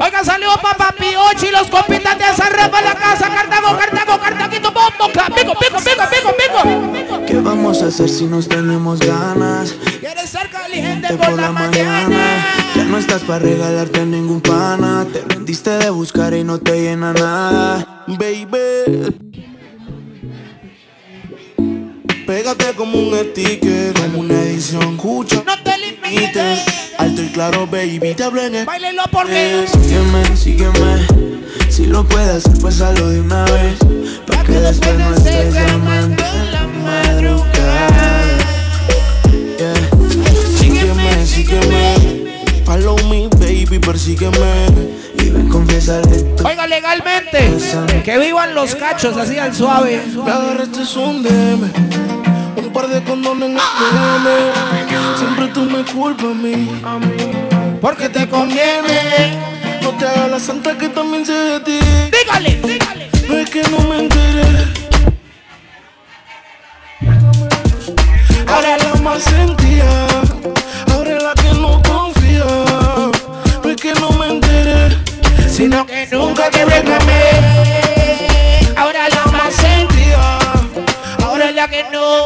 [SPEAKER 1] Oiga, saludos para papi Ochi, los compitas de esa rapa la casa. Cartago, Cartago, Cartaguito, bombo, cla- pico, pico, pico, pico, pico.
[SPEAKER 24] ¿Qué vamos a hacer si nos tenemos ganas?
[SPEAKER 1] Quieres ser caliente
[SPEAKER 24] Te
[SPEAKER 1] por la mañana.
[SPEAKER 24] Ya no estás para regalarte a ningún pana. Te rendiste de buscar y no te llena nada. Baby.
[SPEAKER 11] Pégate como un sticker, como una edición, escucha.
[SPEAKER 1] No te limites.
[SPEAKER 11] Alto y claro, baby, te hablo en el-
[SPEAKER 1] Báilenlo por mí.
[SPEAKER 24] Eh, Sígueme, sígueme. Si lo puedes hacer, pues hazlo de una vez. Pa' que después no estés llamando en la madrugada.
[SPEAKER 11] Yeah. Sígueme, sígueme. Follow me, baby, persígueme. Y ven, confiésale tú.
[SPEAKER 1] Oiga, legalmente. Que vivan los cachos así al suave.
[SPEAKER 11] Me agarraste un DM. Un par de condones en el
[SPEAKER 1] Ah,
[SPEAKER 11] DM. Siempre tú me culpas a mí.
[SPEAKER 1] Porque te conviene.
[SPEAKER 11] No te hagas la santa que también sé de ti.
[SPEAKER 1] Dígale,
[SPEAKER 11] dígale. No es que no me enteré. Ahora la más sentía, ahora es la que no confía. No es que no me enteré,
[SPEAKER 1] sino que nunca
[SPEAKER 11] te reclamé.
[SPEAKER 1] Ahora la más sentía, ahora es la que no.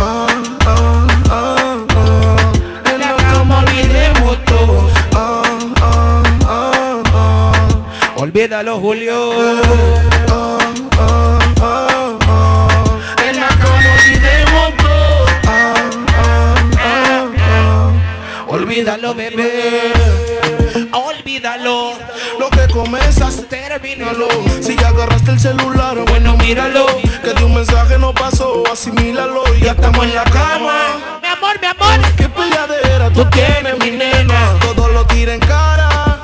[SPEAKER 11] Ah, ah, ah, ah. En la cama olvidemos todo. Ah, ah, ah, ah.
[SPEAKER 1] Olvídalo, Julio.
[SPEAKER 11] Ah, ah, ah, ah. En la cama olvidemos todo. Ah, ah, ah, ah.
[SPEAKER 1] Olvídalo, bebé. Olvídalo.
[SPEAKER 11] Lo que comenzas,
[SPEAKER 1] termínalo.
[SPEAKER 11] Si ya agarraste el celular, bueno, míralo. Que de un mensaje no pasó, asimílalo. Y ya estamos en la cama.
[SPEAKER 1] Mi amor, mi amor.
[SPEAKER 11] Qué peleadera tú tienes, mi nena. Todo lo tira en cara.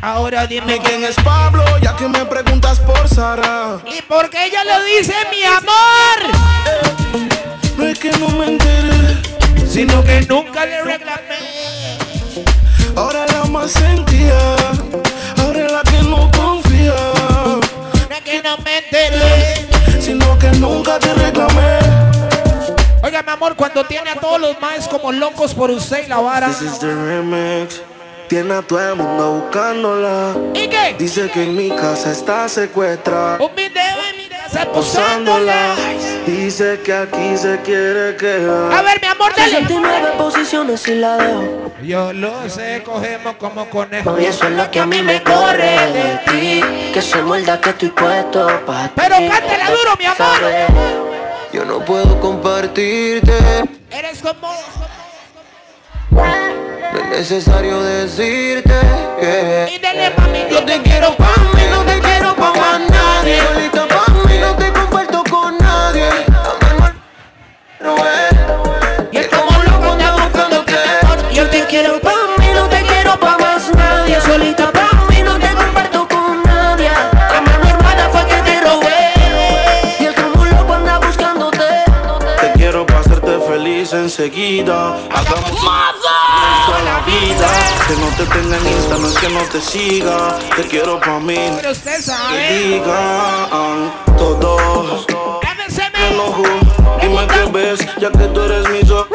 [SPEAKER 1] Ahora dime
[SPEAKER 11] quién es Pablo, ya que me preguntas por Sara.
[SPEAKER 1] ¿Y por qué ella lo dice, mi amor?
[SPEAKER 11] No es que no me enteré,
[SPEAKER 1] sino que nunca le reclamé.
[SPEAKER 11] Ahora la más sentía, ahora es la que no confía.
[SPEAKER 1] No es que no me enteré,
[SPEAKER 11] sino que nunca te reclamé.
[SPEAKER 1] Oiga, mi amor, cuando tiene a todos los más como locos por usted y la vara.
[SPEAKER 11] This is the remix. Tiene a todo el mundo buscándola.
[SPEAKER 1] ¿Y qué?
[SPEAKER 11] Dice que en mi casa está secuestrada.
[SPEAKER 1] Un video en mi casa
[SPEAKER 11] Posándola.
[SPEAKER 1] posándola.
[SPEAKER 11] Dice que aquí se quiere quedar.
[SPEAKER 1] A ver, mi amor, dale.
[SPEAKER 22] 69 posiciones y la dejo
[SPEAKER 1] Yo lo sé, cogemos como conejo.
[SPEAKER 22] Hoy eso es lo que a mí me corre de ti Que se muerda que estoy puesto pa' ti
[SPEAKER 1] Pero cántela duro, mi amor.
[SPEAKER 22] Sabes,
[SPEAKER 24] Yo no puedo compartirte.
[SPEAKER 1] Eres como
[SPEAKER 6] No es necesario decirte que Yo te quiero pa' mí, no te quiero pa' más nadie Solita pa' mí, no te comparto con nadie Amarme al no es Y estamos locos ya buscándote Yo te quiero pa' mí, no te quiero pa' más nadie Solita pa' mí, no te comparto con nadie A mano hermana fue que te robé Y el como loco anda buscándote
[SPEAKER 11] Te quiero para hacerte feliz enseguida. Hagamos toda la vida. Que no te tenga en Insta, no es que no te siga. Te quiero para mí.
[SPEAKER 1] Pero usted
[SPEAKER 11] Que
[SPEAKER 1] sabe.
[SPEAKER 11] digan todos. Me enojo, dime qué ves, ya que tú eres mis ojos.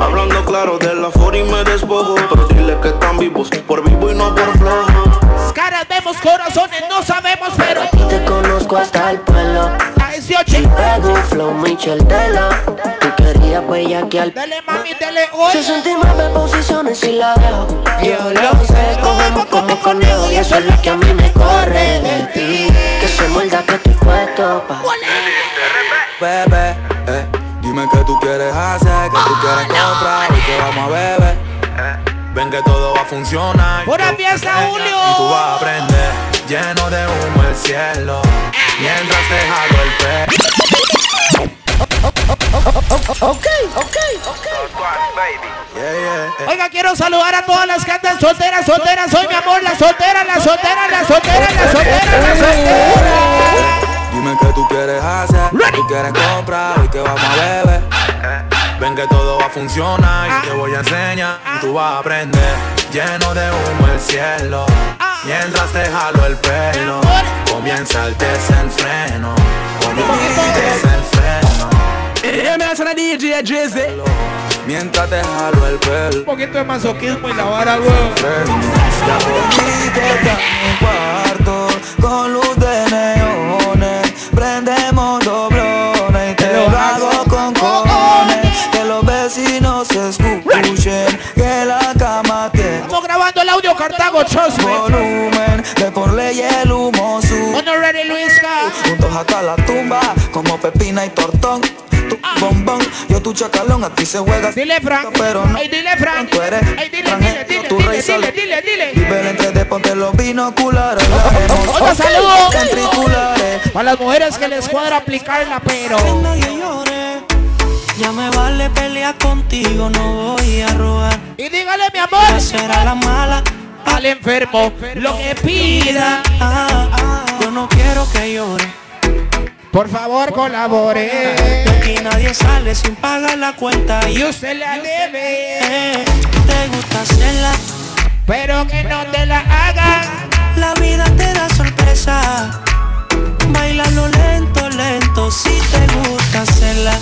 [SPEAKER 11] Hablando claro de la for y me despojo. Pero dile que están vivos, por vivo y no por flojo.
[SPEAKER 1] Caras vemos, corazones no sabemos, pero
[SPEAKER 6] Te conozco hasta el pelo
[SPEAKER 1] a 18.
[SPEAKER 6] Pego flow Michel Telo Tú querías bellaquear
[SPEAKER 1] Dale mami, dale hoy.
[SPEAKER 6] Se sentí mal me posiciono y si la dejo Yo lo sé, cogemos como conejo Y eso es lo que a mí me corre de ti Que se muerda que estoy puesto pa'
[SPEAKER 12] Bebé, eh, dime qué tú quieres hacer, que tú quieres comprar y que vamos a beber. Ven que todo va a funcionar.
[SPEAKER 1] Buena fiesta, Julio.
[SPEAKER 12] Y tú vas a aprender, lleno de humo el cielo, mientras te jalo el pelo.
[SPEAKER 1] Ok, ok, ok. Oiga, quiero saludar a todas las cantas solteras, solteras, soy mi amor, la soltera, la soltera, la soltera, la soltera, la soltera.
[SPEAKER 12] Dime qué tú quieres hacer, que tú quieres comprar y que vamos a beber. Ven que todo va a funcionar y te voy a enseñar y tú vas a aprender. Lleno de humo el cielo, mientras te jalo el pelo. Comienza el desenfreno, comienza el desenfreno.
[SPEAKER 1] Ella me hace una DJ Jesse.
[SPEAKER 12] Mientras te jalo el pelo.
[SPEAKER 1] Un poquito de masoquismo y la vara, huevo.
[SPEAKER 12] Ya poquito
[SPEAKER 6] mi cuarto Con luz de neones Prendemos doblones Y te lo hago con cojones Que los vecinos escuchen Que la cama te
[SPEAKER 1] Estamos grabando el audio Cartago, trust me.
[SPEAKER 6] Volumen de por ley el humo sube
[SPEAKER 1] Honorary Luisca.
[SPEAKER 6] Juntos hasta la tumba Como pepina y tortón Tú bombón, yo tu chacalón A ti se juega
[SPEAKER 1] Ah. Dile Frank
[SPEAKER 6] Pero no
[SPEAKER 1] Ey, dile Frank
[SPEAKER 6] Tú eres
[SPEAKER 1] Ey, dile, dile, dile,
[SPEAKER 6] tu
[SPEAKER 1] dile,
[SPEAKER 6] rey
[SPEAKER 1] dile,
[SPEAKER 6] sale.
[SPEAKER 1] dile, dile.
[SPEAKER 6] Vive el entre de ponte los binoculares la emoción
[SPEAKER 1] Otro saludo.
[SPEAKER 6] Ventriculares
[SPEAKER 1] Para las mujeres que les cuadra aplicarla, pero.
[SPEAKER 5] Ya me vale pelear contigo, no voy a robar.
[SPEAKER 1] Y dígale, mi amor.
[SPEAKER 5] Será la mala.
[SPEAKER 1] Al enfermo, lo que pida.
[SPEAKER 5] Ah, yo no quiero que llore.
[SPEAKER 1] Por favor, colabore.
[SPEAKER 5] De aquí nadie sale sin pagar la cuenta. eh,
[SPEAKER 1] Y usted la debe.
[SPEAKER 5] Te gusta hacerla.
[SPEAKER 1] Pero que no te la haga.
[SPEAKER 5] La vida te da sorpresa. Bailalo lento, lento. Si te gusta hacerla.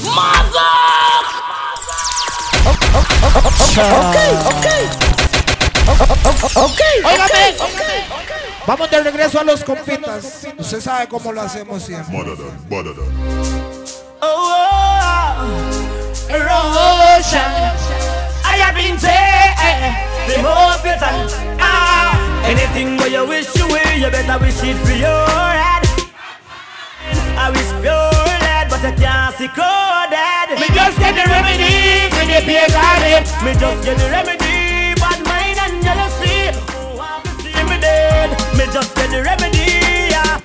[SPEAKER 1] Ok, óigame. Vamos de regreso a los compitas. Usted sabe cómo lo hacemos siempre.
[SPEAKER 5] Roja, I pinté, the more better. Ah, anything where you wish you will, you better wish it for your head. I wish pure lead, but I can't see coded. Me just get the remedy for the pain on it. Me just get the remedy, bad mind and jealousy. Who want to see me dead? Me just get the remedy. Yeah.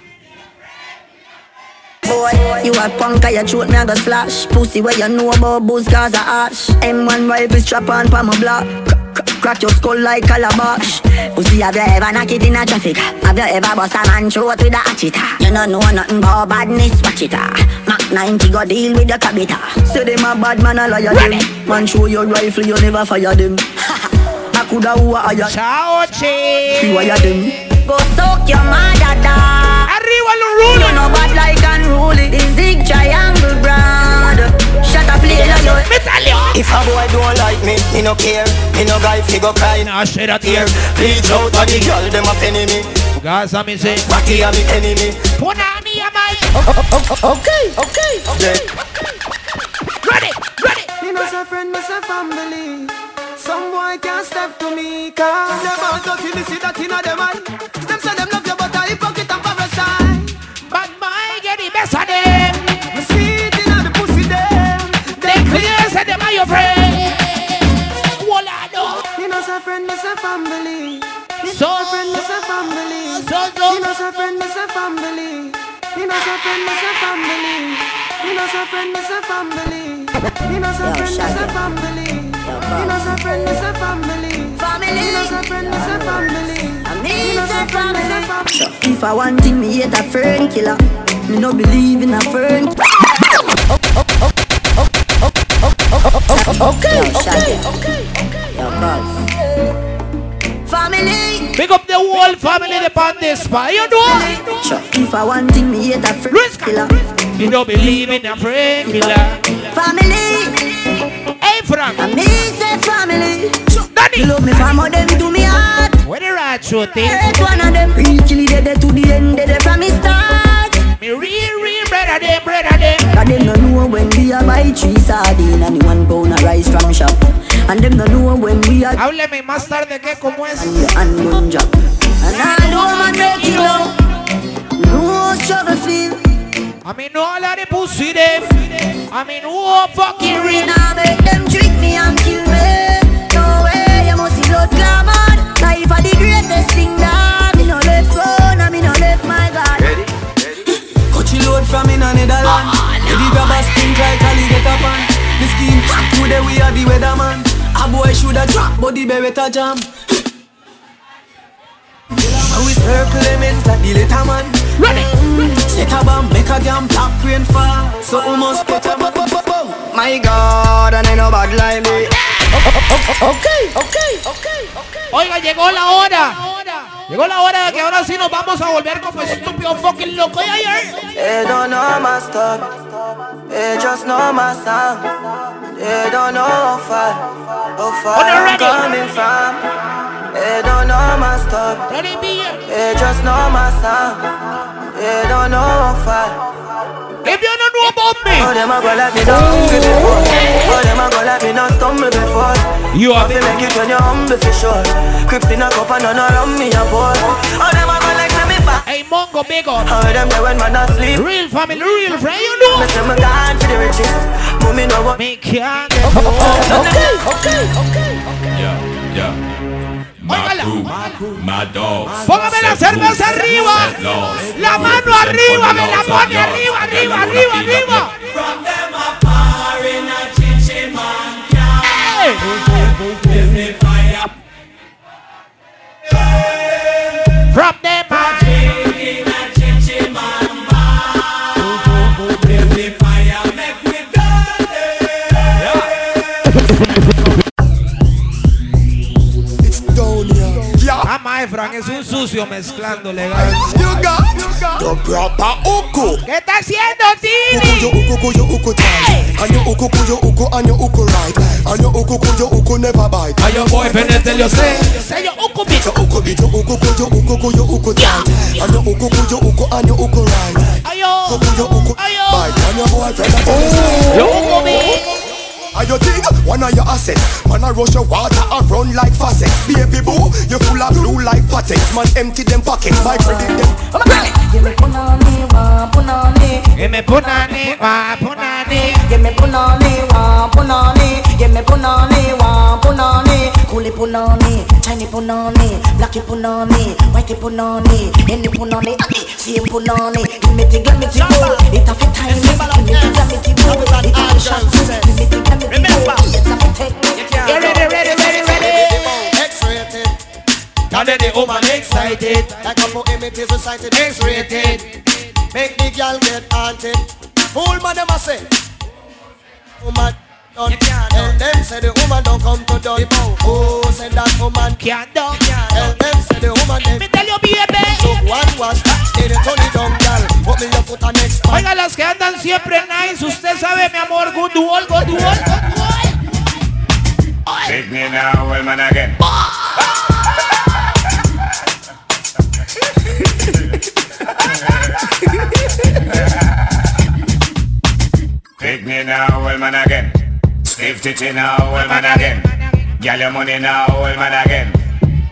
[SPEAKER 25] Boy, you a punk, I a shoot me, I go splash Pussy where you know about booze, cause I ash M1 rifle strap on for my block C- c- Crack your skull like calabash Pussy, have you ever knocked it in a traffic? Have you ever bust a man throat with a hatchet? You don't know nothing about badness, watch it ah. Mac 90 go deal with the cabita Say them a bad man, a liar them Man show your rifle, you never fire them I coulda who a hire
[SPEAKER 1] Chao, che
[SPEAKER 25] You hire them Go soak your mother down
[SPEAKER 1] Arriba los rulos.
[SPEAKER 25] You know bad like unruly. The zig triangle brand. Shut up, little yo.
[SPEAKER 6] If a boy don't like me, me no care Me no guy fi go cry
[SPEAKER 1] Nah, shit out
[SPEAKER 6] here Reach out to the girl, them a enemy
[SPEAKER 1] Gas a me say
[SPEAKER 6] Party a me Oh, enemy
[SPEAKER 1] Una mía más.
[SPEAKER 6] Ok, ok
[SPEAKER 26] You know, say friend, me say family. Some boy can't step to me, cause they bout dirty, me see that inna them eye. Them say them love you, but a hypocrite and parasite.
[SPEAKER 1] Bad mind, get the best of them.
[SPEAKER 26] Me see it inna the pussy them. They
[SPEAKER 1] clear, say them are your friend. Hola, no.
[SPEAKER 8] friend, miss a family. Me no a friend, miss a family. Me no a friend, miss a family. Me no a friend, miss a family. Me no a friend, miss a family. Me no a friend, miss a family. Me no a friend, miss a family. Me no a friend, miss a family. Me no a friend, miss a family.
[SPEAKER 25] If I want thing, me hate a friend killer. Me no believe in a friend.
[SPEAKER 12] Okay,
[SPEAKER 25] Yo, shut
[SPEAKER 12] okay,
[SPEAKER 25] it.
[SPEAKER 12] okay.
[SPEAKER 25] Yo, boss. Family.
[SPEAKER 12] Big up the whole family the pan this pa. You know?
[SPEAKER 25] If I want thing, me hate a friend killer.
[SPEAKER 12] You don't believe in a friend killer.
[SPEAKER 25] Family.
[SPEAKER 12] Hey, Frank.
[SPEAKER 25] I miss the family. Daddy. Love me from all them to me heart.
[SPEAKER 12] Where the rat show thing?
[SPEAKER 25] Hate one of them. Real kill dead to the end. Dead from me start.
[SPEAKER 12] Me real, real brother them, brother them.
[SPEAKER 25] Cause them no know when we a buy three sardine and one pound of rice from shop. And them no know when we a
[SPEAKER 12] Hábleme más tarde que cómo es.
[SPEAKER 25] and one job. And I know man make it now. No struggle feel.
[SPEAKER 12] I mean all of the pussy them. I mean who fucking real.
[SPEAKER 25] Now make them trick me and kill me. No way, you must see blood glamour. Life a the greatest thing that me no left phone and me no left my God.
[SPEAKER 1] Coachy load from in a Netherland. Eddie grab a stink like Ali get up on. The scheme hot today we are the weatherman. A boy shoulda drop, but the beretta jam. Now we circle elements like the letterman. Ready, Set a bomb, make a jam, top rain fall. So we must put a bum, bum, bum, bum. My God, and I know bad like me. Okay, okay, okay.
[SPEAKER 12] Oiga, llegó la hora. Llegó la hora de que ahora sí nos vamos a volver como estúpidos fucking locos. Ay, ay.
[SPEAKER 1] They don't know my stuff. They just know my sound. They don't know how far, how far I'm coming from. They don't know my stuff. They just know my sound. They don't know how far.
[SPEAKER 12] If you don't know about me,
[SPEAKER 1] oh, them a go let me down before. Oh, them a go let me not stumble before.
[SPEAKER 12] You
[SPEAKER 1] are. make it when you're humble for sure. Crips in a cup and none around me a pour. Oh, them a go let me back.
[SPEAKER 12] Hey, Mongo, big up.
[SPEAKER 1] Oh, them there when man asleep.
[SPEAKER 12] Real family, real friend, you know.
[SPEAKER 1] Me say me gone for the riches. Mommy know what.
[SPEAKER 12] Me can't.
[SPEAKER 1] Okay, okay, okay.
[SPEAKER 5] Yeah, yeah. My crew, my dogs.
[SPEAKER 12] Póngame la
[SPEAKER 5] set
[SPEAKER 12] cerveza
[SPEAKER 5] rules,
[SPEAKER 12] arriba.
[SPEAKER 5] set laws.
[SPEAKER 12] La mano
[SPEAKER 5] Set for the
[SPEAKER 12] arriba, me la
[SPEAKER 5] laws of
[SPEAKER 12] pone
[SPEAKER 5] yards. Now
[SPEAKER 12] arriba, arriba,
[SPEAKER 5] you wanna
[SPEAKER 12] arriba,
[SPEAKER 5] feel like
[SPEAKER 12] arriba.
[SPEAKER 27] From them a par in a chichimanca. Give me fire.
[SPEAKER 12] From them a
[SPEAKER 27] in a chichimamba. Give me fire. Make me
[SPEAKER 12] Ah, mae, Frank, es un sucio mezclando legal.
[SPEAKER 3] Your brother Uku.
[SPEAKER 12] ¿Qué está haciendo,
[SPEAKER 3] Uku
[SPEAKER 12] Tini?
[SPEAKER 3] yo uku ku yo uku tight. And your uku ku yo uku and your uku right. And your uku ku yo uku never bite. And your boy penetrate your say.
[SPEAKER 12] Say your uku bit.
[SPEAKER 3] Your uku bit yo uku ku yo uku ku yo uku tight. And your uku ku yo uku and your uku right.
[SPEAKER 12] Ayo.
[SPEAKER 3] Uku yo uku bite. And your boyfriend a tell you say.
[SPEAKER 12] Your uku bit.
[SPEAKER 3] And your thing, one of your assets. Man, I rush your water and run like faucets. Baby boo, you full of blue like patents. Man, empty them pockets. My credit them.
[SPEAKER 12] Que me punani, va, punani.
[SPEAKER 9] Give me punani, wa punani. Give me punani, wa punani. Kuli punani, Chinese punani, blacky punani, whitey punani, any punani, ati, same punani. Give me the give me the ball. It a fit time. Give me the give me the ball. It a fit shot. Give me the give me the ball. It's a fit take.
[SPEAKER 12] Get ready, ready, ready, ready.
[SPEAKER 3] X-rated.
[SPEAKER 12] Now let the woman excited.
[SPEAKER 3] Like a poem, it is recited. X-rated. Make the girl get haunted. Fool man, them a say. Woman done. Tell them say the woman don't come to done. Oh, say that woman
[SPEAKER 12] can't done.
[SPEAKER 3] Tell them say the woman them.
[SPEAKER 12] Me tell you, baby.
[SPEAKER 3] Took one wash, did it only dumb girl. Put me your foot on next.
[SPEAKER 12] Oiga, las que andan siempre nice, usted sabe, mi amor, good wall, good wall.
[SPEAKER 5] Take me now, old man again. Take me now, old man again. Stiff titty now, old man again. Get your money now, old man again.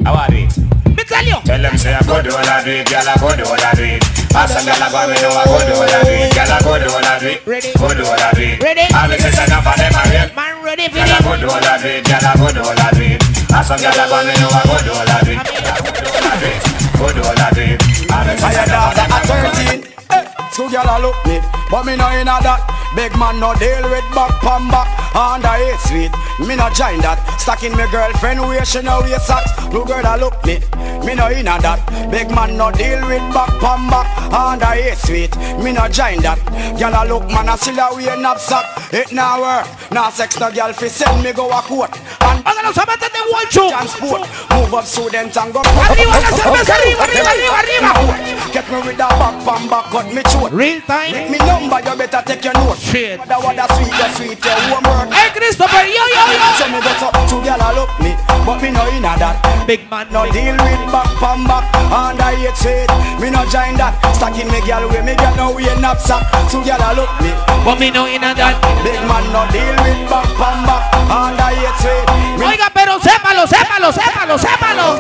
[SPEAKER 5] How are it?
[SPEAKER 12] Me tell you.
[SPEAKER 5] Tell them say I go do all I do it, girl I go do all I do it. Pass some girl I go me know I go do all I do it, girl I go do all I do it. Go do all I do it.
[SPEAKER 12] Ready?
[SPEAKER 5] I be say enough of them a real.
[SPEAKER 12] Man ready for
[SPEAKER 5] Girl I go do all I do it, girl I go do all I do it.
[SPEAKER 12] I some gyal a gone and know I go do all a drip, go do all a drip,
[SPEAKER 5] I had after a thirteen. eh, Two gyal a look me, but me no inna that. Big man no deal with back pam back. Under eight sweet, me no join that. Stacking me girlfriend where she no wear socks. Blue girl a look me, me no inna that. Big man no deal with back pam back. Under eight sweet, me no join that. Gyal a look man a still a wear knapsack. It now work, nah sex no gyal fi send me go a court. And I'm gonna submit the wall Transport, move up students and go.
[SPEAKER 1] Arriba las armas, arriba, arriba, arriba, arriba.
[SPEAKER 5] Get me with that back pam back, cut me throat. Real time. Make me number, you better take your note. Shit. What a what a sweet, a sweet, your homework. Hey Christopher, yo yo yo. So me go up to gyal a look me, but me no inna that. Big man no deal with back pam back, and I hate sweet. Me no join that. Stacking me gyal way, me gyal no wear knapsack. To gyal a look me, but me no inna that. Big man no deal with back pam back, and I hate sweet. Me
[SPEAKER 1] Oiga, pero sépalo, sépalo, sépalo, sépalo.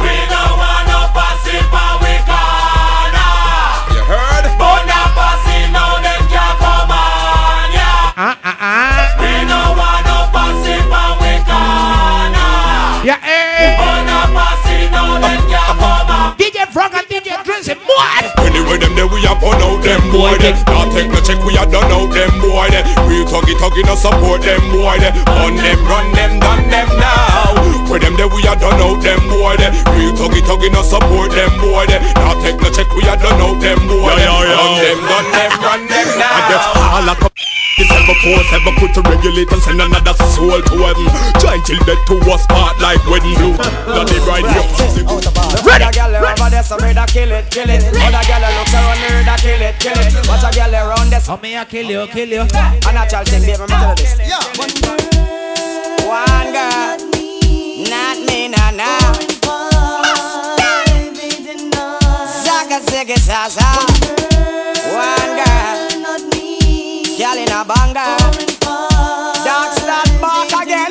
[SPEAKER 13] We don't want no passing, but we gonna. You heard? But now passing, now them can't come on ya.
[SPEAKER 1] Ah, ah, ah.
[SPEAKER 13] We don't want no passing, but we gonna.
[SPEAKER 1] Yeah, eh.
[SPEAKER 13] But now passing, now them can't come on.
[SPEAKER 1] DJ Frog and DJ Drizzy, what?
[SPEAKER 14] Anyway, them there we have on out them boy there. Now take no check, we have done out them boy there. We talkie talkie, no support them boy there. On them, run them, done them now. With them there we have done out them boy there. We talkie talkie, no support them boy there. Now take no check, we have done out them boy there. On them, done them, run them now. I guess all I come. This ever force ever put to regulate and send another soul to heaven. Giant till death to us part like wedding blue. Not the right
[SPEAKER 5] Ready. Other girl over there, so me da kill it, kill it. Other girl a look around me, da kill it, kill it. Watch a girl around there, so me a kill you, kill you. And a child thing, baby, me tell you this. One girl, not me, nah, nah.
[SPEAKER 7] Zaka ziggy zaza. One girl, not me. Girl in a banger. Dark slot back again.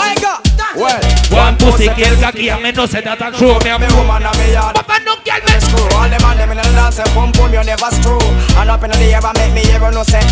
[SPEAKER 7] I go.
[SPEAKER 5] Well,
[SPEAKER 1] One pussy kill kaki, a mí no se da tan show, me amigo.
[SPEAKER 5] woman a me yard. Papa no girl me screw. All them and them in the dance, and boom boom you never screw. And up in the air, but make me ever no say.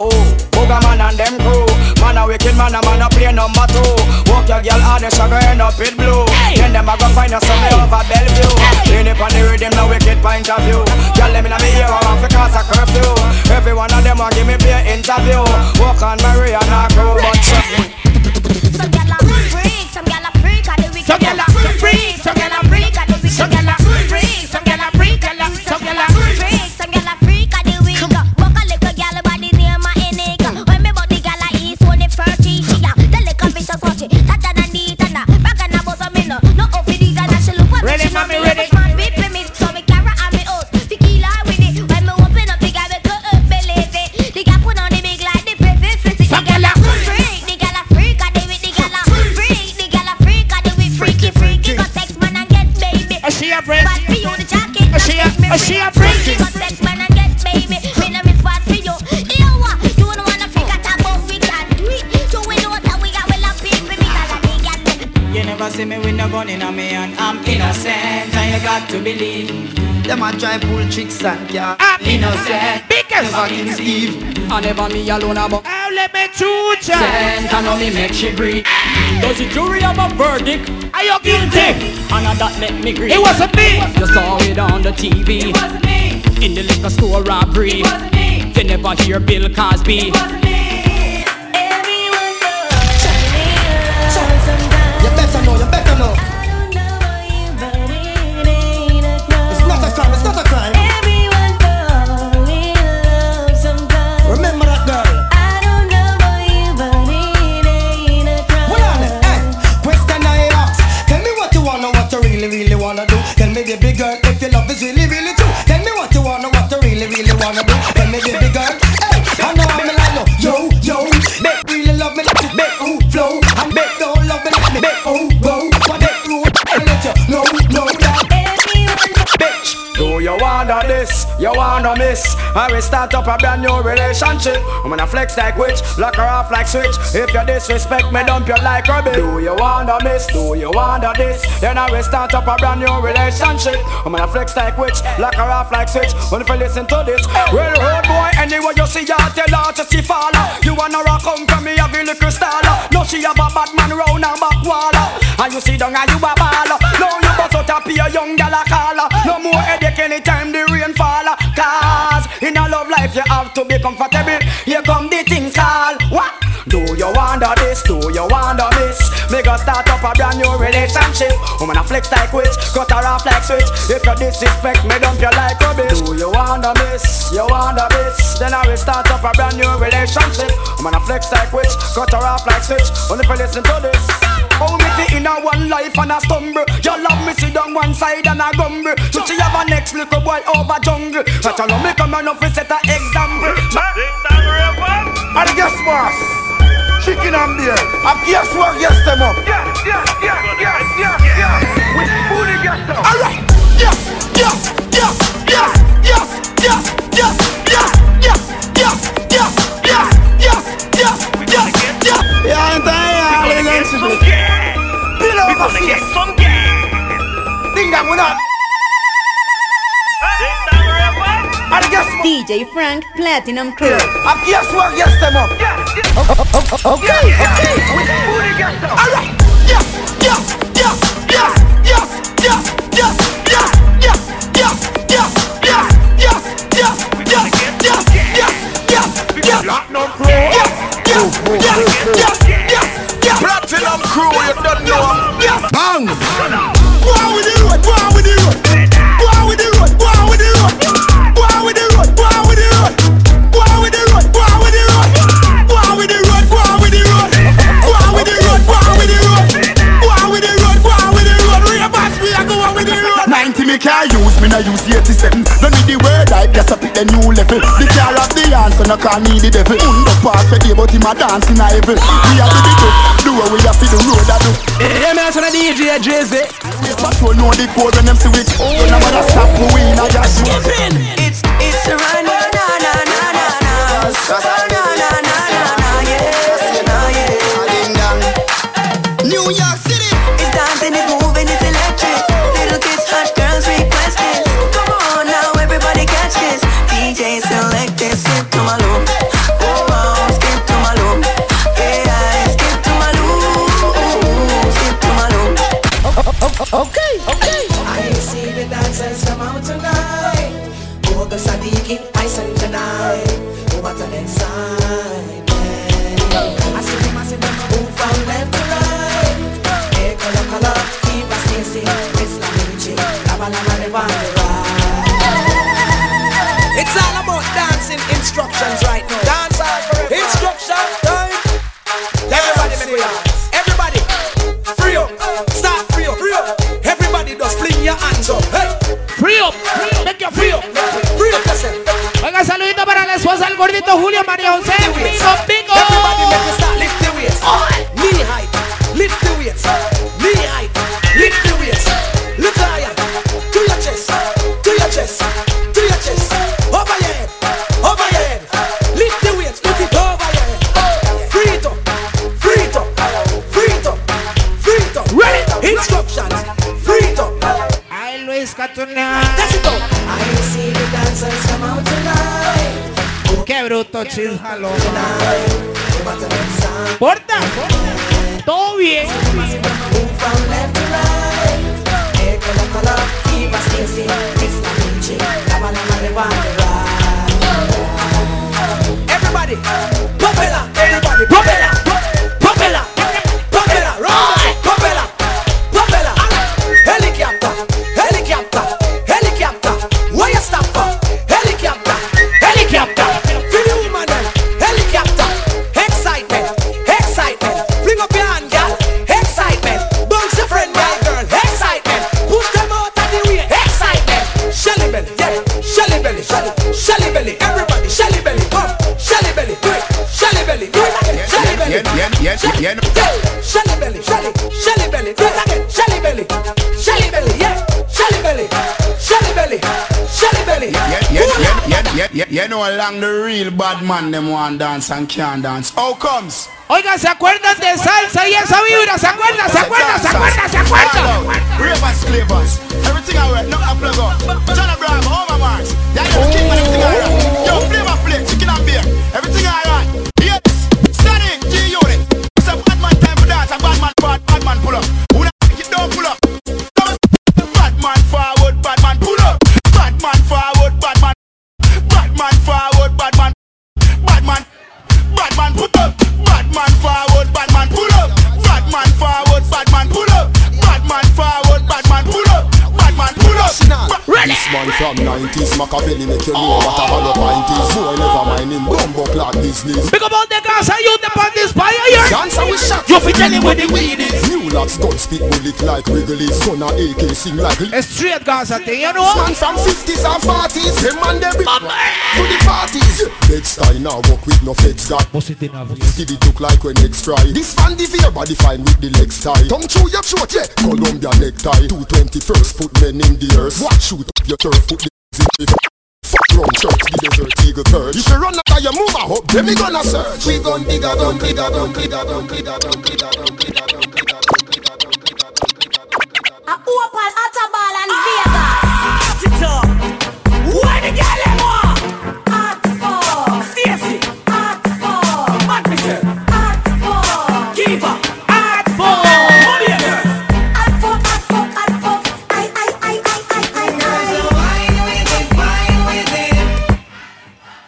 [SPEAKER 5] Oh, booga man and them crew. Man a wicked man, a man a play number two. Walk your girl hard, the sugar end up with blue. Then them a go find us somewhere over Bellevue. Lean up on the rhythm, no wicked point of view. Girl them inna me ear, I want to cause a curfew. Every one of them a give me peer interview. Walk on Maria and I crew, but trust me.
[SPEAKER 7] Freak, some gal a freak, and the wicked
[SPEAKER 1] Some gyal a freak, some gyal a freak, and the wicked gyal a freak, some gyal a freak, gyal a- some gyal a
[SPEAKER 7] freak, some gal a freak, and the wicked. Buck a little gal body near my neck. When me body gal a east, when it first she she a the little bitch just watch it. That that I need and a bag and a buzz a me no no over these and a she look at me.
[SPEAKER 1] Ready,
[SPEAKER 7] she know
[SPEAKER 1] mommy,
[SPEAKER 7] me
[SPEAKER 1] ready?
[SPEAKER 7] was man with me, so me carry and me out. Tequila with it. When me open up, the gal me cut up me lazy. The gal put on the big like the perfect fit. The gal a freak, the gal a freak, and the wicked gal a freak, the gal a freak, and the wicked freaky freaky. Got sex man and get baby.
[SPEAKER 1] A she a freak.
[SPEAKER 7] But for you the jacket.
[SPEAKER 1] A she a- a she a freak.
[SPEAKER 7] Got sex man and get baby. Me no respond for you. You what? You don't wanna freak at all, but we can do it. You will know that we got well up in me. Me got a big and
[SPEAKER 15] You never see me with no gun in a me and I'm innocent and you got to believe Them a try pull tricks and yeah I'm innocent Because fucking Steve And never me alone about
[SPEAKER 1] Hábleme chucha.
[SPEAKER 15] Sent and now me make she breathe Does the jury have a verdict? Are you guilty? And now that make me grieve
[SPEAKER 1] It wasn't me.
[SPEAKER 15] You saw it on the TV It wasn't me In the liquor store robbery It wasn't me You never hear Bill Cosby It wasn't me
[SPEAKER 7] You
[SPEAKER 5] better know, you better know.
[SPEAKER 7] It's not a crime, it's not a crime. Everyone fall in love sometimes. Remember that girl. I don't know about you, but it ain't a crime.
[SPEAKER 5] Hold on, eh? Question I ask. Tell me what you wanna, what you really, really wanna do. Tell me, baby girl, if your love is really, really true. Tell me what you wanna, what you really, really wanna do. Tell me, baby girl, hey, I know I'm in love, yo, yo. Bet really love me, like you, bet who flow, and bet don't love me, like me, bet oh, go, but bet through, and let you know, know that. Bitch, do you wanna? under this, you wanna miss. I will start up a brand new relationship. I'm gonna flex like witch, lock her off like switch. If you disrespect me, dump you like rubbish. Do you wanna miss? Do you wanna this? Then I will start up a brand new relationship. I'm gonna flex like witch, lock her off like switch. When if you listen to this, well, road boy, anywhere you see her, tell her to see follow. You wanna rock home, come me have a little star. No, she have a bad man round her back wall. And you see down and you a ball. No, you bust out a pure young gal a call. No more headache anytime the rain fall. Cause in a love life you have to be comfortable. Here come the things call. What? Do you wonder this? Do you wonder this? Me go start up a brand new relationship. Woman a flex like witch, cut her off like switch. If you disrespect me, dump you like rubbish. Do you wonder miss? You wonder this? Then I will start up a brand new relationship. Woman a flex like witch, cut her off like switch. Only if you listen to this. Oh, me see in a one life and a stumble. You love me sit down one side and a gumble. So she have a next little boy over jungle. Such a love me come and office set a example.
[SPEAKER 3] And guess what? Chicken and beer. And guess what? Guess them up. Yeah, yeah, yeah, yeah, yeah, yeah. With food and guess them. All right. Yes, yes, yes, yes, yes, yes, yes, yes, yes, yes, yes, yes, yes, yes, yes, yes.
[SPEAKER 9] Yeah, and I
[SPEAKER 3] We're
[SPEAKER 9] am
[SPEAKER 3] gonna get some gang.
[SPEAKER 9] Pillow
[SPEAKER 3] We're gonna get some gang.
[SPEAKER 9] Ding dong, we're not. And guess what?
[SPEAKER 28] DJ Frank Platinum Crew.
[SPEAKER 9] And guess what? Guess them up. Okay, okay. With food and guess them. All right. Yes, yes, yes, yes, yes, yes, yes, yes, yes, yes, yes, yes, yes, yes, yes, yes, yes, yes, yes. Platinum crew. Yes, yes, yes, yes, yes, yes. Platinum crew, you don't know. Yes. Bang. Go on with the road. Go on with the road. Go on with the road. Go on with the road. Go on with the road. Go on with the road. Go on with the road. Go on with the road. Go on with the road. Go on with the road. Go on with the road. Go on with the road. Go on with the road. Go on with the road. Rebass me. I go on with the road.
[SPEAKER 3] 90 me can't use, me no use the 87 Don't need the word hype, just up it the new level The car of the answer, no call me the devil Undo pass the day, but him a dance in a heaven We have to be tough, do what we have to do, road I do Yeah, me answer the DJ Jay-Z Patrol know the code when them see it Don't no matter stop, we win, I just do
[SPEAKER 1] Oh. It's it's a run, na na na na na na. Oh, na na na na na, yes, na, yeah. Ding dong. New York City. It's dancing, it's moving, it's electric. Little kids, hot girls request it. Come on now, everybody catch this. DJ select this, skip to my loop. Oh, oh, skip to my loop. Yeah, skip to my loop. Skip to my loop.
[SPEAKER 28] Okay, okay.
[SPEAKER 1] I see the dancers come out tonight. Oh, the Sadiq in Tyson tonight. Oh, what an inside. I see them, I see them move from left to right. Hey, color, color, keep us dancing. It's la noche, la bala, la de It's all about dancing instructions right now. Dance all for Instructions time. Everybody make way out. Everybody. Free up. Start free up. Free up. Everybody just fling your hands up. Hey. Free up. Make your free up. Free up yourself.
[SPEAKER 29] Oiga, saludito para la esposa del gordito Julio María José. Pico, pico.
[SPEAKER 1] Everybody make you start lift the weights. Knee height. Lift the weights. Knee height. Lift the weights. Look higher. To your chest. To your chest. To your chest. Over your head. Over your head. Lift the weights. Put it over your head. Free it up. Free it up. Free it up. Free it up. Ready? Instructions. Free it up.
[SPEAKER 29] Ay, Luis Catuna.
[SPEAKER 1] I see the dancers come out tonight.
[SPEAKER 29] Qué bruto, chisjalo. Porta. Todo bien.
[SPEAKER 1] Everybody, pump it up. Everybody, pump it up. Pump it up. Pump it up. Right. Pump it up. Pump it up. Helicopter. Helicopter. Helicopter. Why you stop for? Helicopter. Helicopter. For the woman them. Helicopter. Excitement. Excitement. Bring up your hand, girl. Excitement. Yeah, yeah, you know along the real bad man them want dance and can't dance. How comes?
[SPEAKER 8] Oigan, ¿se acuerdan de salsa y esa vibra? ¿Se acuerdan? ¿Se acuerdan? ¿Se acuerdan? ¿Se acuerdan?
[SPEAKER 1] Ravers flavors. Everything I wear, not a plug up. John Abraham, Homer Marks. That is the king for everything I rock. Yo, flavor flip, chicken and beer. Everything I rock. Yes. Sonic, G-Unit. It's a bad man time for dance. A bad man part, bad man pull up. Who the f- you don't pull up? Don't s- Bad man forward, bad man pull up. Bad man forward, bad man. Bad man forward, bad man. Bad man. Bad man pull up. Bad man forward, bad man pull up. Bad man forward, bad man pull up. Bad man forward, bad man pull up. Bad man pull up.
[SPEAKER 3] This man from 90s, Machiavelli make you know what a hollow pint is. Boy, never mind him, bumbo clad business.
[SPEAKER 8] Big up all the girls and youth upon this fire here. You fi tell him where the weed is.
[SPEAKER 3] New lads, gun spit bullet like Wrigley's. Son of AK sing like
[SPEAKER 8] A straight girls a thing, you know.
[SPEAKER 3] Man from 50s and 40s, them man they bring to the parties. Bed style now walk with no feds that. Skiddy took like when next fry. This fan the fear body fine with the legs tie. Tongue through your throat, yeah. Columbia necktie. 221st foot men in the earth. What shoot up your turf foot the Fuck round church, the desert eagle perch. If you run after your move, I hope them me gonna search. We gon' dig a dunk, dig a dunk, dig a dunk, dig a dunk, dig a dunk, dig a dunk.
[SPEAKER 7] A open Atabal and Vegas. Where the girl them are? Hot for. Stacy. Hot for. Mad Michelle. Hot for. Kiva. Hot for. Mommy and girl. Hot for. Hot for. Hot for. I I I I I I I. Wine with it. Wine with it.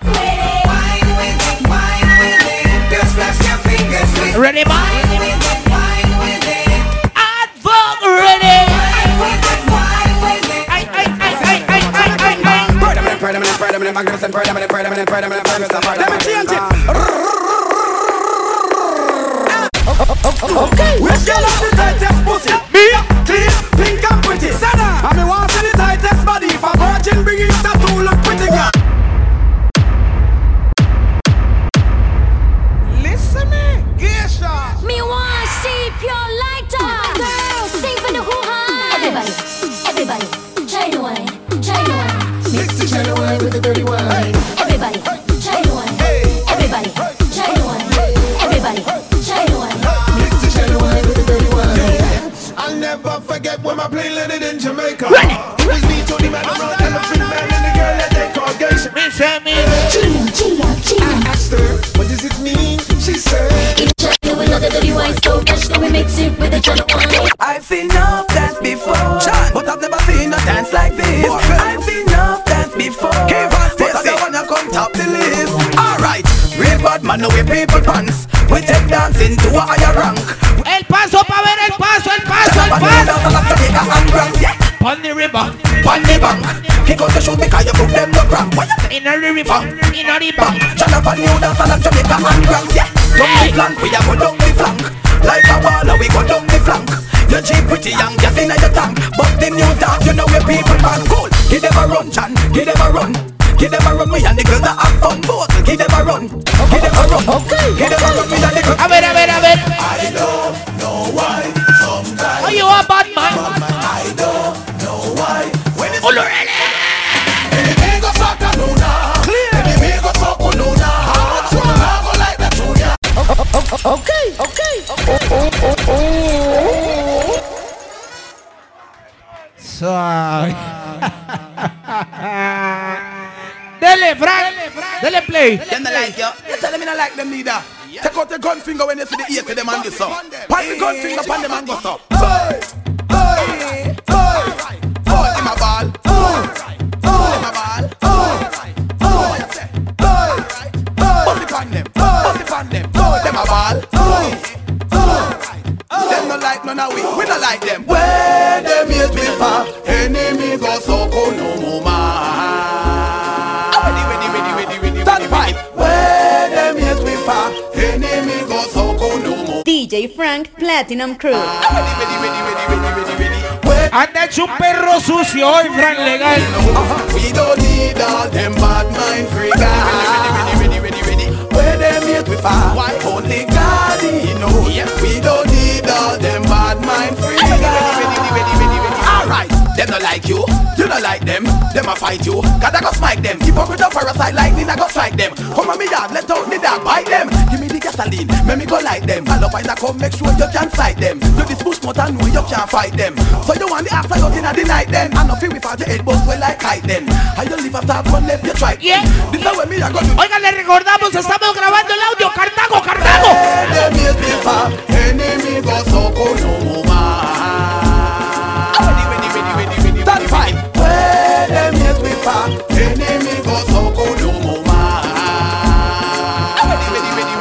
[SPEAKER 7] Wine with it. Wine with it. Just flash your fingers with.
[SPEAKER 8] Ready, man?
[SPEAKER 7] Wine with it. Wine with it. Hot
[SPEAKER 8] for. Ready.
[SPEAKER 1] Predominant, predominant, magnificent, predominant, predominant, predominant, magnificent, predominant. Let me change it.
[SPEAKER 5] Okay. Which girl have the tightest pussy? Me, clean, pink and pretty. Sana. And me want see the tightest body. If a virgin bring it out, two look pretty girl.
[SPEAKER 7] Listen me, Geisha. Me want see pure lighter. Girls, sing for the hoo ha. Everybody, everybody, try the wine, try the wine. Mix the shallow wine with the dirty wine. Everybody, try the wine. Everybody, try the wine. Everybody, try the wine. Mix the shallow wine with the dirty wine.
[SPEAKER 30] I'll never forget when my plane landed in Jamaica. It was me, Tony Man, around time I treat man and the girl that they call Geisha.
[SPEAKER 8] Me, Sammy.
[SPEAKER 30] Chilla, chilla, chilla. I asked her, what does it mean? She said,
[SPEAKER 7] Each other with another dirty wine, so much now we mix it with the jello wine.
[SPEAKER 12] I've seen enough dance before, but I've never seen a dance like this. I've seen enough dance before, but I don't wanna come top the list. Alright, real bad man, no we people pants. We take dancing to a higher rank.
[SPEAKER 8] El paso pa' ver el paso, el paso, el paso. Pon the river,
[SPEAKER 12] pon the bank. He got to shoot because you put them no cramp. Why you
[SPEAKER 8] in a river, in a river.
[SPEAKER 12] Shut up and you dance and I'm Jamaica and cramp. Yeah, down the flank, we a go down the flank. Like a baller, we go down the flank. You cheap pretty young, just inna your tank. But them new dance, you know we people man cool. Give them a run, Chan. Give them a run. Give them a run, me and the girls that have fun. Both. Give them a run. Give them a run. Okay. Give them a run, me and the girls.
[SPEAKER 8] A ver, a ver, a ver.
[SPEAKER 12] I don't know why. Sometimes.
[SPEAKER 8] Oh, you are bad man.
[SPEAKER 12] I don't know why. When it's
[SPEAKER 9] Okay, okay.
[SPEAKER 8] Suave. Dele, Frank. Dele play.
[SPEAKER 12] Them they like you. You tell them you not like them neither. Take out the gun finger when you see the ear to them and this up. Pass the gun finger upon them and go up. Hey, hey, hey. Hold him a ball. Hold him a ball. Hold him a ball. Bust it on them. Bust it on them. Hold them a ball. Them no like none of we. We no like them. Where them is we far. Enemy go so cool no more man. Ready, ready, ready, ready, ready. Stand by. Where them is we far. Enemy go so cool no more.
[SPEAKER 9] DJ Frank Platinum Crew.
[SPEAKER 8] Anda hecho un perro sucio hoy, Frank Legal.
[SPEAKER 12] We don't need all them bad mind free guys. Where them yet we find? Why only God he knows. We don't need all them bad mind free guys. Alright, them not like you, you not like them. Them a fight you, God I go smite them. Hypocrite of parasite lightning, I go strike them. Come on me dog, let out the dog, bite them. Give me the gasoline, make me go light them. Follow find a come, make sure you can't fight them. You this bush mouth and know you can't fight them. So you want the axe, I go in and deny them. I no feel we fight your head, but well like kite them. How you live after I've gone left, you try. Yeah. This is where me I go do.
[SPEAKER 3] Oigan, le recordamos, estamos grabando el audio. Cartago, Cartago.
[SPEAKER 12] Enemy go so no That fight. Where them yet we fight. Enemy go so no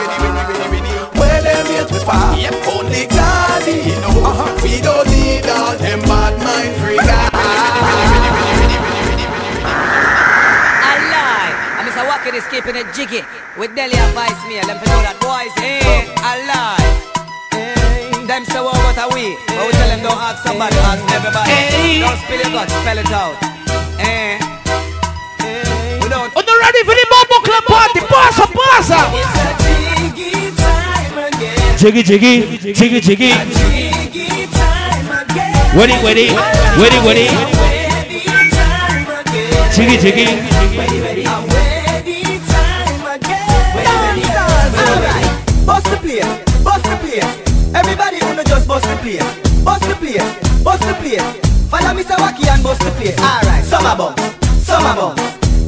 [SPEAKER 12] Where them yet we fight. Yep, only God he know.
[SPEAKER 6] Uh-huh.
[SPEAKER 12] We don't need all them bad mind free
[SPEAKER 6] A lie. I miss a walking is keeping it jiggy. With Delia Vice me, them for know that boys ain't a lie. Them say what what are we? But we tell them don't ask somebody, ask everybody. Don't spill it out, spell it out. Eh. We don't.
[SPEAKER 3] On the ready for the Bobo Club party. Pasa, pasa. Jiggy, jiggy, jiggy, jiggy. Witty, witty, witty, witty. Jiggy, jiggy.
[SPEAKER 1] Bust the place, bust the place. Everybody wanna just bust the place. Bust the place, bust the place. Follow me Sawaki and bust the place. Alright, summer bumps, summer bumps.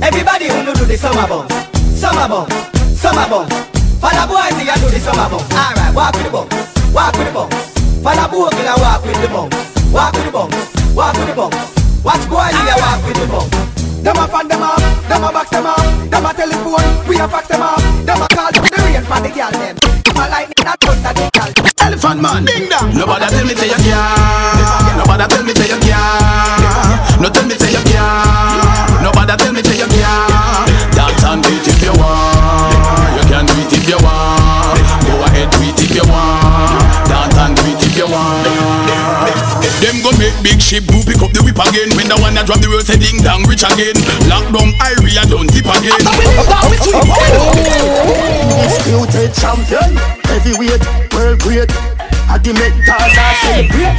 [SPEAKER 1] Everybody wanna do the summer bumps. Summer bumps, summer bumps. Follow boys and do the summer bumps. Alright, walk with the bumps, walk with the bumps. Follow boys and walk with the bumps. Walk with the bumps, walk with the bumps. Watch boys and walk with the bumps. Them a fan them up, them a box them up, them a telephone, we a fax them up, them a call to the rain for the girl them. Them a lightning a thunder the girl.
[SPEAKER 12] Elephant man, ding dong. Nobody tell me say you can't. Nobody tell me say you can't. No tell me say you can't. Nobody tell me say you can't. Dance and do it if you want. You can do it if you want. Go ahead do it if you want. Dance and do it if you want. Them go make big ship do pick up the whip again. When the one that drop the world say ding dong rich again. Lockdown area don't tip again.
[SPEAKER 1] Undisputed champion, heavyweight, world great. I the make Gaza celebrate.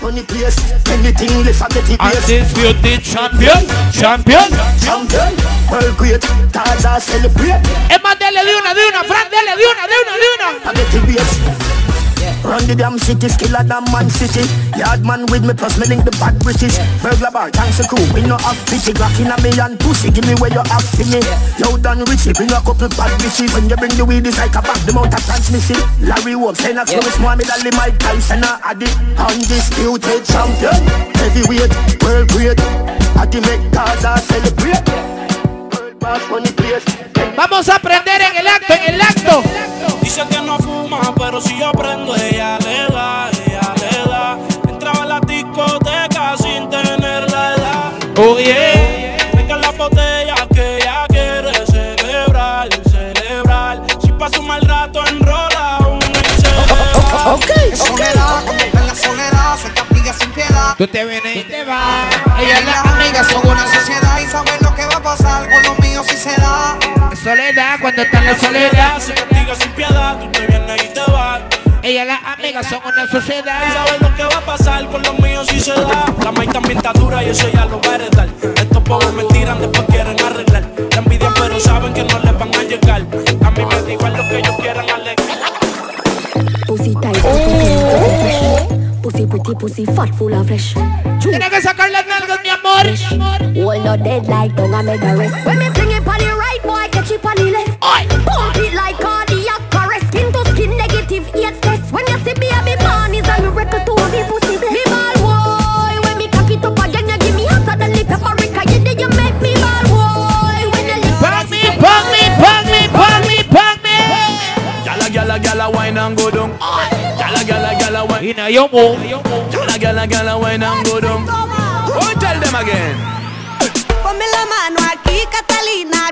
[SPEAKER 1] Funny place, anything left at the
[SPEAKER 3] Undisputed champion, champion.
[SPEAKER 1] Champion, world great. Gaza celebrate.
[SPEAKER 3] Es más, dele de una, de una, Fran, dele de una, de una, de una.
[SPEAKER 1] I get the base. Run the damn city, still a damn man city. Yard man with me, plus me link the bad British. Burglar bar, thanks a crew, we no have pity. Glock in a me and pussy, give me where you have for me. Yo done Richie, bring a couple bad bitches. When you bring the weed, it's like a back, the mouth of transmission. Larry Wolf, say not so small, me dolly Mike Tyson, a addy. Undisputed champion, heavyweight, world great. Addy make Gaza celebrate. World boss, money place.
[SPEAKER 3] Vamos a aprender en el acto, en el acto.
[SPEAKER 11] Dice que no fuma, pero si yo prendo, ella le da, ella le da. Entraba a la discoteca sin tener la edad.
[SPEAKER 3] Oh yeah.
[SPEAKER 11] Venga la botella que ella quiere celebrar, celebrar. Si pasa un mal rato, enrola un y celebra.
[SPEAKER 1] Ok,
[SPEAKER 5] Solera, contempla la solera, suelta amigas sin piedad.
[SPEAKER 3] Tú te vienes y te vas.
[SPEAKER 5] Ellas las amigas son una sociedad y saben lo que va a pasar con los míos si se da.
[SPEAKER 3] Soledad, cuando está en la soledad.
[SPEAKER 11] Se castiga sin piedad, tú te vienes y te vas.
[SPEAKER 3] Ella las amigas son una sociedad.
[SPEAKER 11] Y sabes lo que va a pasar con los míos si se da. La maíz también está dura y eso ya lo va a heredar. Estos pobres me tiran, después quieren arreglar. La envidia, pero saben que no les van a llegar. A mí me da igual lo que ellos quieran alegrar.
[SPEAKER 7] Pussy tight, pussy clean, pussy fresh. Pussy pretty, pussy fat, full of flesh.
[SPEAKER 3] Tienes que sacar las nalgas, mi amor.
[SPEAKER 7] Hold no dead like tongue and make the rest. When me fling it on the right, boy, catch it on the left. Pump it like cardiac arrest. Skin to skin, negative AIDS test. When you see me, I be born is a miracle to me pussy bless. Me ball boy, when me cock it up again, you give me hotter than the pepper cayenne. You make me ball boy. When you lick
[SPEAKER 3] Pong me, pong me, pong me, pong me, pong me.
[SPEAKER 11] Gala, gala, gala, wine and go down. Gala, gala, gala, wine.
[SPEAKER 3] In a yomo.
[SPEAKER 11] Gala, gala, gala, wine and go down. Oh, tell them again.
[SPEAKER 9] Ponme la mano aquí, Catalina.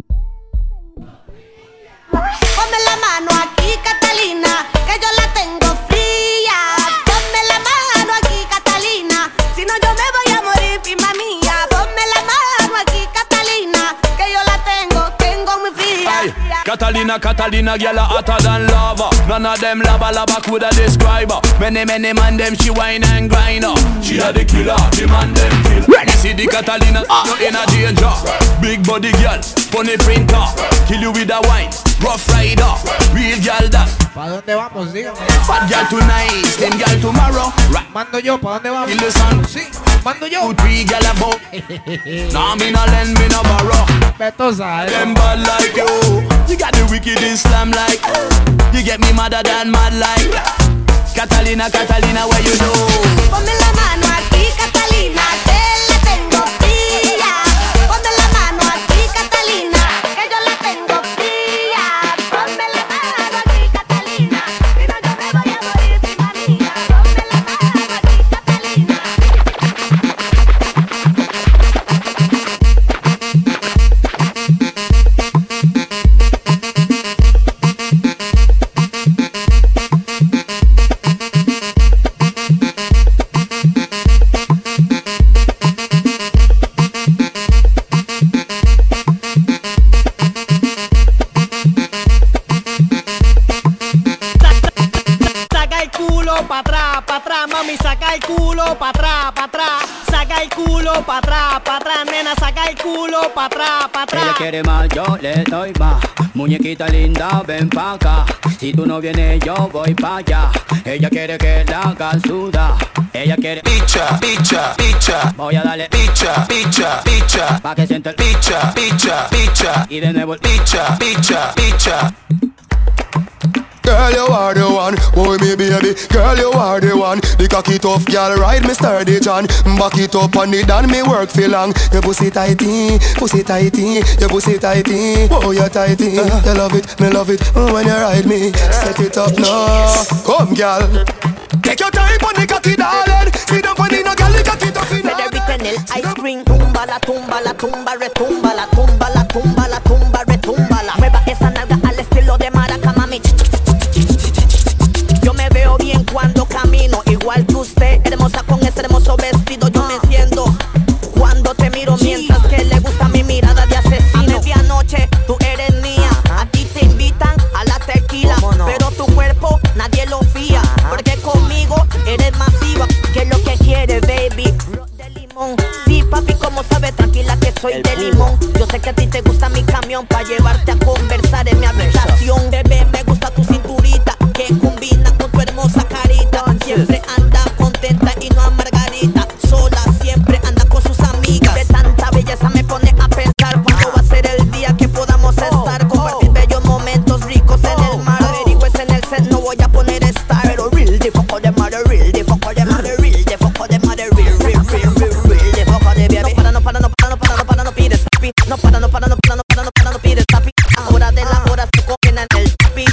[SPEAKER 9] Ponme la mano aquí, Catalina, que yo la tengo fría. Ponme la mano aquí, Catalina, si no yo me voy a morir, prima mía. Ponme la mano aquí, Catalina, que yo la tengo, tengo muy fría.
[SPEAKER 11] Ay, Catalina.
[SPEAKER 12] Catalina, Catalina, gyal a hotter than lava. None of them lava lava coulda describe her. Many many man them she wine and grind her. She a the killer, the man them kill. When you see the Catalina, no in a danger. Big body girl, funny printer. Kill you with a wine, rough rider, real girl that.
[SPEAKER 31] ¿Para dónde vamos? Dígame.
[SPEAKER 12] Bad girl tonight, slim girl tomorrow. Right.
[SPEAKER 31] Mando yo, ¿para dónde vamos?
[SPEAKER 12] In the sun,
[SPEAKER 31] sí. Mando yo.
[SPEAKER 12] Two three girl about. nah, me no lend, me no borrow.
[SPEAKER 31] Petosa, eh.
[SPEAKER 12] Them bad like you. You got the wicked Islam like. You get me madder than mad like. Catalina, Catalina, where you know?
[SPEAKER 32] Ponme la mano aquí, Catalina, que la tengo fría. Ponme la mano aquí, Catalina, que yo la tengo fría. Ponme la mano aquí, Catalina, si no yo me voy a morir sin manía. Ponme la mano aquí, Catalina.
[SPEAKER 8] Saca el culo para atrás, para atrás, mami, saca el culo para atrás, para atrás. Saca el culo para atrás, para atrás, nena, saca el culo para atrás, para atrás.
[SPEAKER 9] Ella quiere más, yo le doy más. Muñequita linda, ven pa' acá. Si tú no vienes, yo voy pa' allá. Ella quiere que la haga suda. Ella quiere picha, picha, picha. Voy a darle picha, picha, picha. Pa' que sienta el picha, picha, picha. Y de nuevo el picha, picha, picha.
[SPEAKER 3] Girl, you are the one, boy me baby. Girl, you are the one. The cocky tough girl, ride me sturdy John. Back it up on it and me work for long. Your pussy tighty, pussy tighty, your pussy tighty. Oh, you tighty. You love it, me love it mm, when you ride me. Set it up now, come girl. Take your time on the cocky, darling. Sit down on it, no girl, the cocky tough enough.
[SPEAKER 9] Frederick Renel, Ice Cream Tumba la tumba la tumba retumba la tumba la tumba la tumba retumba la Mueva esa nalga al estilo de maraca mami Yo me veo bien cuando camino Igual que usted, hermosa con ese hermoso vestido Yo me enciendo cuando te miro Mientras que le gusta mi mirada de asesino A medianoche tú eres mía A ti te invitan a la tequila Pero tu cuerpo nadie lo fía Porque conmigo eres masiva Que es lo que quieres baby limón. Sí, papi, como sabes, tranquila que soy de limón. Yo sé que a ti te gusta mi camión para llevarte a conversar en mi habitación. Bebé, me gusta tu cinturita que combina con tu hermosa carita. Siempre anda contenta y no amargarita. Sola siempre anda con sus amigas. De tanta belleza me pone a pensar cuándo va a ser el día que podamos estar. Compartir bellos momentos ricos en el mar. Averigües en el set, no voy a poner estar. Oh, Pero real, de foco de madre, real, de foco de madre, real, de foco de madre, real, real, real, real, real, de foco de baby. No para, no para, no para, no para, no para, no pides papi. No para, no para, no para, no para, no para, no pides papi. Ahora de la hora se cogen en el papi.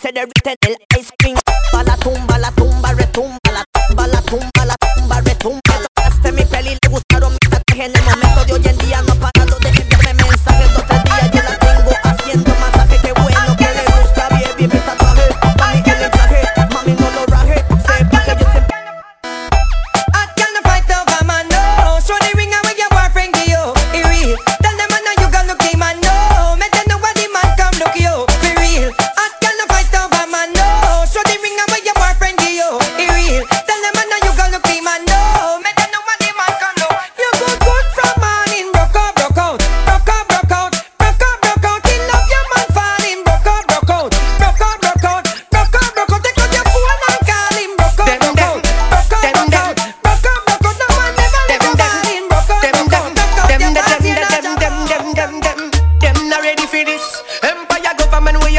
[SPEAKER 9] Se derrite en el ice cream. Pa' la tumba, la tumba, retumba, la tumba, la tumba, la tumba, retumba. Tocaste mi peli, le gustaron mis tatuajes en el momento de hoy en día. No ha parado de enviarme mensajes. Dos, tres días yo la tengo haciendo masaje. Qué bueno que le gusta, baby, mi tatuaje. Pa' mí que le traje, mami, no lo raje. Sepa que yo siempre
[SPEAKER 1] I can't fight over my nose. Show the ring away your boyfriend to you. It real. Tell them I know you got lucky man no. Make them know why the man come look you. Be real. I can't fight over my nose. Show the ring away your boyfriend to you. It real. Tell them I know you got lucky man no. Make them know why the man come look. You good good from morning. Broke out, broke out, broke out, broke out, broke out, broke out. In love your man falling. Broke out, broke out, broke out, broke out, broke out, broke out. Take out your phone and call him. Broke out, broke out, broke out, broke out.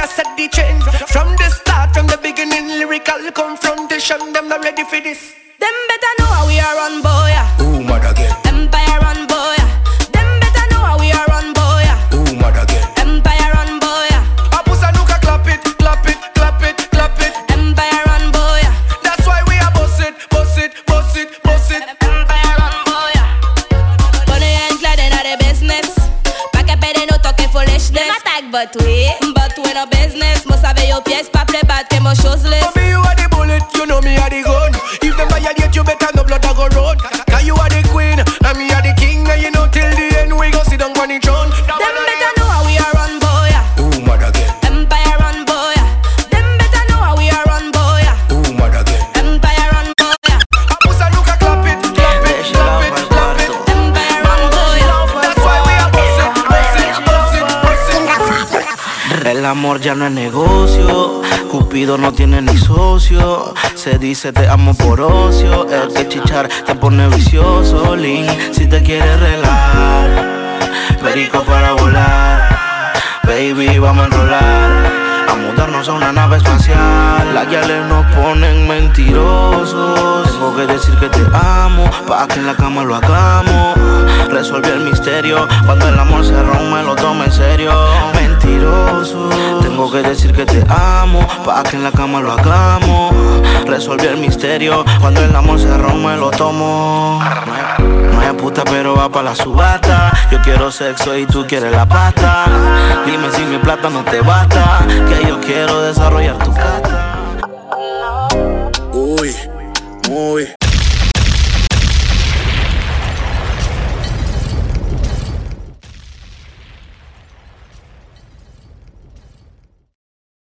[SPEAKER 1] From the start, from the beginning, lyrical confrontation, them not ready for this. Them better know how we are on boy. ah.
[SPEAKER 5] Ooh, mad again.
[SPEAKER 1] Empire run boy. Them better know how we are run boy.
[SPEAKER 5] Ooh, mad again.
[SPEAKER 1] Empire run boy. A pussy nuka clap it, clap it, clap it, clap it. Empire run boy. That's why we are boss it, boss it, boss it, boss it. Empire run boy. Pone ancla de nada de business. Pa que pere no toque foolishness. Me attack but we, but we no business. Mo sabe yo pies pa prebat que mo choseless. Mommy, you are the bullet, you know me are the gun. If them violate you, better no blood I go road. Cause you are the queen, and me are the king, and you know till the end we go sit down on the throne. Them better know how we are run, boy.
[SPEAKER 5] Ooh, mad again.
[SPEAKER 11] El amor ya no es negocio, Cupido no tiene ni socio. Se dice te amo por ocio, el que chichar te pone vicioso. Link, si te quieres relar, perico para volar. Baby, vamos a enrolar, a mudarnos a una nave espacial. Las guiales nos ponen mentirosos. Tengo que decir que te amo, pa' que en la cama lo hagamos. Resolví el misterio, cuando el amor se rompe lo toma en serio. Mentiroso, tengo que decir que te amo, pa' que en la cama lo hagamos. Resolví el misterio, cuando el amor se rompe lo tomo. No es puta pero va pa' la subasta Yo quiero sexo y tú quieres la pasta Dime si mi plata no te basta Que yo quiero desarrollar tu cata Uy, muy